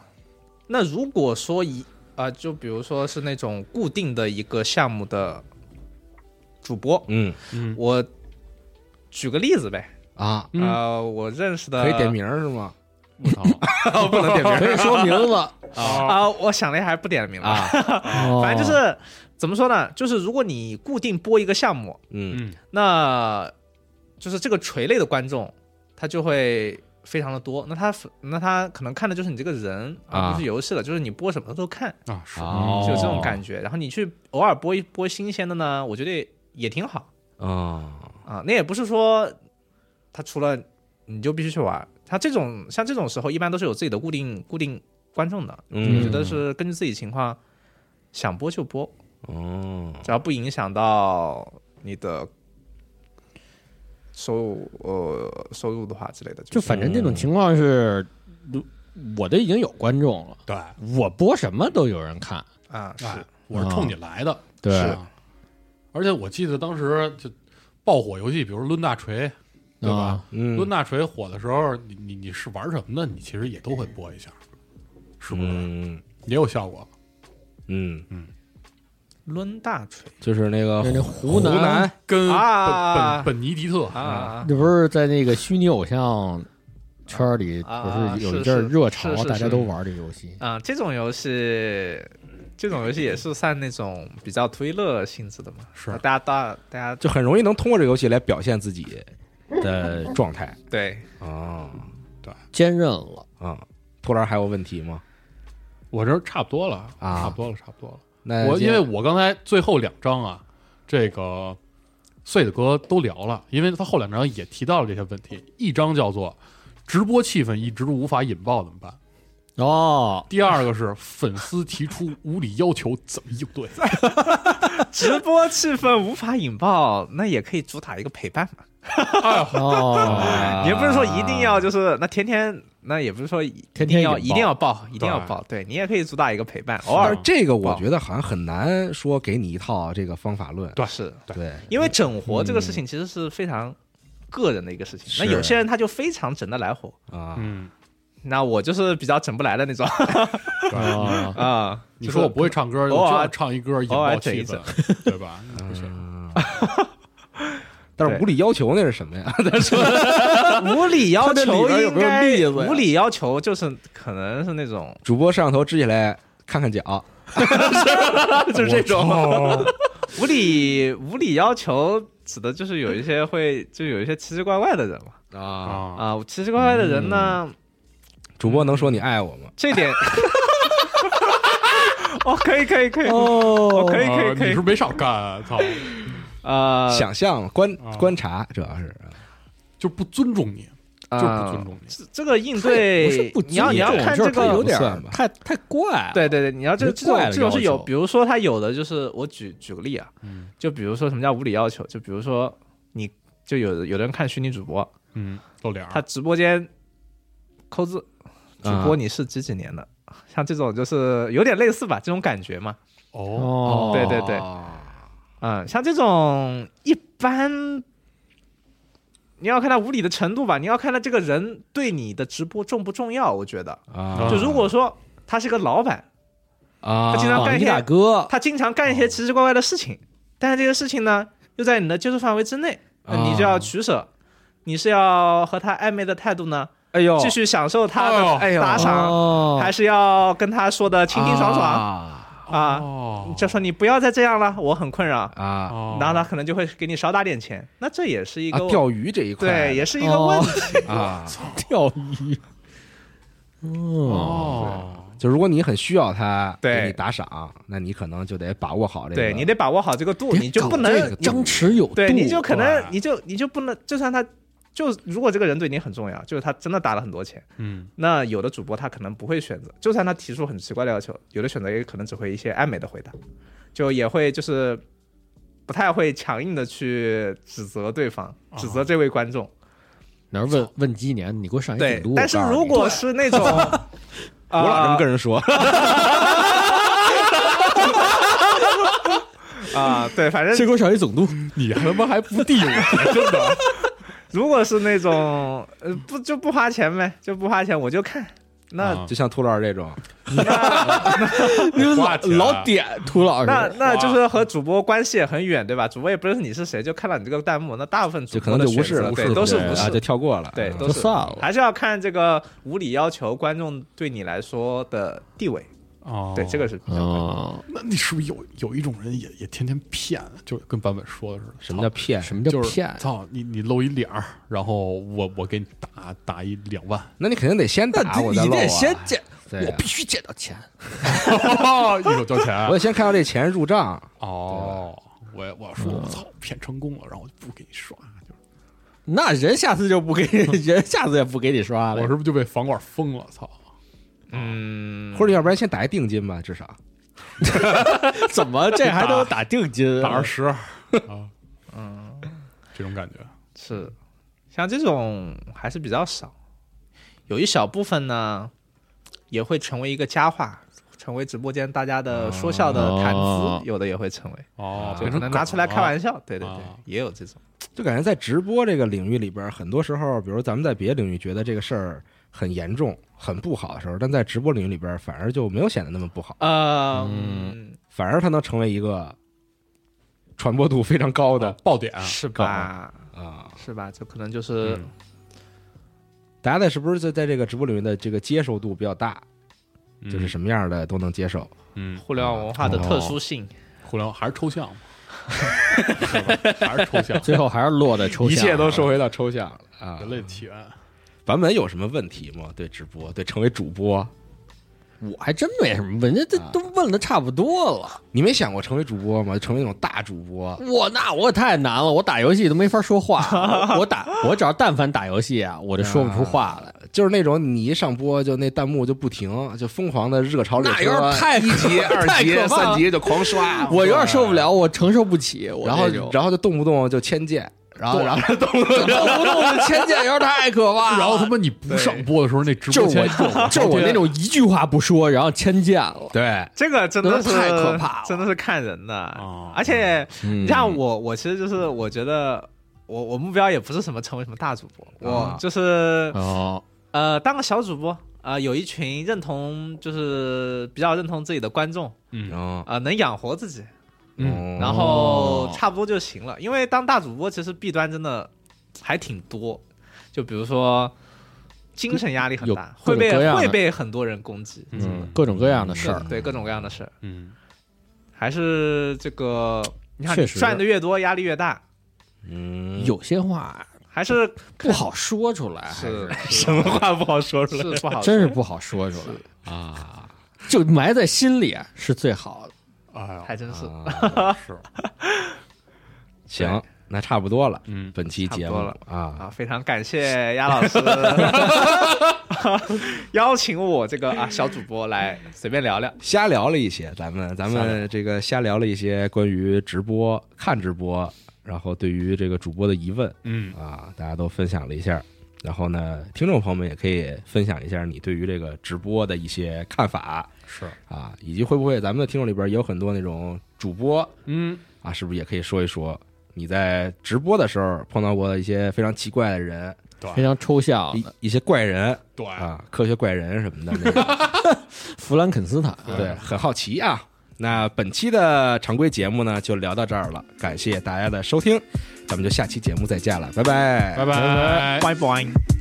那如果说一啊、就比如说是那种固定的一个项目的主播，嗯嗯我举个例子呗。啊，嗯呃，我认识的可以点名儿是吗？我 操不能点名可以说名字，啊、我想了一下，还不点名了。啊，反正就是怎么说呢？就是如果你固定播一个项目，嗯嗯那就是这个垂类的观众，他就会非常的多。那他那他可能看的就是你这个人，啊而不是游戏了。就是你播什么都看，啊是哦就有这种感觉。然后你去偶尔播一播新鲜的呢，我觉得也挺好啊，啊。那也不是说他除了你就必须去玩。他这种像这种时候，一般都是有自己的固定固定观众的。我觉嗯得是根据自己情况，想播就播。哦，只要不影响到你的收入呃收入的话之类的，就是反正这种情况是，我都已经有观众了，对，我播什么都有人看，啊是哎，我是冲你来的，嗯对是啊，而且我记得当时就爆火游戏，比如抡大锤，对吧？啊嗯抡大锤火的时候，你你你是玩什么的？你其实也都会播一下，是不是？嗯也有效果。嗯，抡大锤就是那个就是那呃湖湖南跟本啊本本尼迪特啊啊这不是在那个虚拟偶像圈里，啊不是有是一阵儿是热潮是，是大家是都玩这游戏。啊！这种游戏，这种游戏也是算那种比较推乐性质的嘛，是大家大大家就很容易能通过这个游戏来表现自己的状态对啊坚韧了，啊。托兰还有问题吗？我这差不多了，啊差不多了，差不多了。那我接因为我刚才最后两章啊，这个穗子哥都聊了，因为他后两章也提到了这些问题。一章叫做“直播气氛一直无法引爆怎么办”，哦，第二个是粉丝提出无理要求怎么应 对。直播气氛无法引爆，那也可以主打一个陪伴嘛。哦，也不是说一定要就是那天天，那也不是说一定天天要引一爆定要报，一定要对报。对你也可以主打一个陪伴，偶但尔是这个我觉得好像很难说给你一套这个方法论。对是对，因为整活这个事情其实是非常个人的一个事情。是那有些人他就非常整得来活，啊，嗯，那我就是比较整不来的那种啊，啊。 你说我不会唱歌，偶我就尔要唱一歌引偶爆尔气氛整，对 吧？不行，但是无理要求那是什么呀？ 无理要他这里求边有应没有例该子呀无理要求就是可能是那种主播摄像头支起来看看脚，就是这种 无理无理要求，指的就是有一些会就有一些奇奇怪怪的人嘛啊，啊，啊，奇奇怪怪的人呢，主播能说你爱我吗？这点。哦，可以可以可以，哦，可以啊可以你可是以不是，没少干，啊操，呃，哦想象观啊观察，主要是就不尊重你，就就是不尊重你。这这个应不是对不，你要尊你要重看就是这他有个，不点算吧太太怪，对，对对，你要这有这种怪的这种是要有，求嗯比如说他有的就是我举举个例啊，就比如说什么叫无理要求，就比如说你就有的有的人看虚拟主啊播，嗯，露脸儿，他直播间抠字，主啊嗯播你是几几年的，像这种就是有点类似吧，这种感觉嘛，哦，哦，对对对，嗯，像这种一般。你要看他无理的程度吧，你要看他这个人对你的直播重不重要，我觉得。啊，就如果说他是个老板，啊，哦他经常榜干一一大些，哥，他经常干一些奇奇怪怪的事情，但是这个事情呢，又在你的接受范围之内，啊那你就要取舍，你是要和他暧昧的态度呢，哎呦继续享受他哦哎的打赏，哦还是要跟他说的清清爽爽啊啊？哦，就说你不要再这样了，我很困扰，啊哦然后他可能就会给你少打点钱，那这也是一啊个钓鱼哦这一块，对，也是一个问题，啊，钓鱼，哦，哦，就如果你很需要他对给你打赏，那你可能就得把握好这个，对你得把握好这个度，你就不别搞这能个张弛有度，对，你就可能对你就你就不能，就算他就如果这个人对你很重要，就是他真的打了很多钱，嗯，那有的主播他可能不会选择，就算他提出很奇怪的要求，有的选择也可能只会一些暧昧的回答，就也会就是不太会强硬的去指责对方，指责这位观众。哪儿问问鸡年，你给我上一对顶多，，但是如 果是那种啊，我老这么跟人说，啊，对，反正先给我上一总督，你他妈还不递我，真的，如果是那种呃不就不花钱呗，就不花钱我就看。那啊就像兔老师这种，你老花钱老点涂老师，那那就是和主播关系也很远，对吧？主播也不认识你是谁，就看到你这个弹幕，那大部分主就可播能的就无视选择了，对，都是对无啊视就，跳过了，对，嗯都就是算了还是要看这个无理要求观众对你来说的地位，哦，对，这个是比较关键哦，那你是不是有有一种人也也天天骗，就跟版本说的似的？什么叫骗？什么叫就是骗？操你你露一脸儿，然后我我给你打打一两万， 那你肯定得先打，我你再你露得啊先借，对啊我必须借到钱，一手交我钱得先看到这钱入账，哦。我我说我操骗成功了，然后我就不给你刷，就是那人下次就不给 人下次也不给你刷了我。是不是就被房管封了？操！嗯，或者要不然先打一定金吧，至少怎么这还能打定金？打二十啊，嗯，这种感觉，是像这种还是比较少，有一小部分呢也会成为一个佳话，成为直播间大家哦的说笑的谈资，哦有的也会成为，哦，就可能拿出来开玩笑，对对对哦啊，也有这种。就感觉在直播这个领域里边，很多时候，比如咱们在别的领域觉得这个事儿很严重、很不好的时候，但在直播领域里边，反而就没有显得那么不好，呃，反而它能成为一个传播度非常高的笑爆点，是吧？啊！是吧？这可能就是嗯大家在是不是在在这个直播领域的这个接受度比较大，就是什么样的都能接受？嗯，互联网文化的特殊性。互联网还是抽象嘛，是吧还是抽象，最后还是落在抽象，一切都收回到抽象了啊！人类的起源。版本有什么问题吗？对直播，对成为主播，我还真没什么问，人家啊这都问的差不多了。你没想过成为主播吗？成为那种大主播，我那我太难了，我打游戏都没法 说话。我我打我只要但凡打游戏啊，我就说不出话来。就是那种你一上播就那弹幕就不停，就疯狂的热潮里那有点太一级、可二级、太可怕了三级就狂刷， 我有点受不了，我承受不起。我然后这种然后就动不动就千键，然后然后动不动动不动的前脚油太可怕了，然后他妈你不上播的时候，那直播就是间我，就是我那种一句话不说，然后牵见了。对这个真的是太可怕了真的是看人的。哦而且嗯你像我，我其实就是我觉得我我目标也不是什么成为什么大主播，我啊就是哦，呃当个小主播。啊、有一群认同，就是比较认同自己的观众，嗯嗯啊、能养活自己，嗯然后差不多就行了。因为当大主播其实弊端真的还挺多，就比如说精神压力很有大，会各种被各样的会被很多人攻击，嗯，各种各样的事儿各，对各种各样的事儿，嗯，还是这个你看确你实赚的越多，压力越大，嗯有些话还是不好说出来，还是是什么话不好说出来，是不好说，真是不好说出来，啊，就埋在心里啊是最好的。哎呀，还真是。是，行，那差不多了，嗯本期节目差不啊，啊，非常感谢鸭老师邀请我这个啊小主播来随便聊聊，瞎聊了一些，咱们咱们这个瞎聊了一些关于直播、看直播，然后对于这个主播的疑问嗯，啊，大家都分享了一下。然后呢，听众朋友们也可以分享一下你对于这个直播的一些看法是，啊，以及会不会咱们的听众里边也有很多那种主播嗯，啊，是不是也可以说一说你在直播的时候碰到过一些非常奇怪的人，非常抽象的一一些怪人对，啊，科学怪人什么的那种，弗兰肯斯坦，对，很好奇啊。那本期的常规节目呢，就聊到这儿了，感谢大家的收听，咱们就下期节目再见了，拜拜，拜拜拜。拜拜。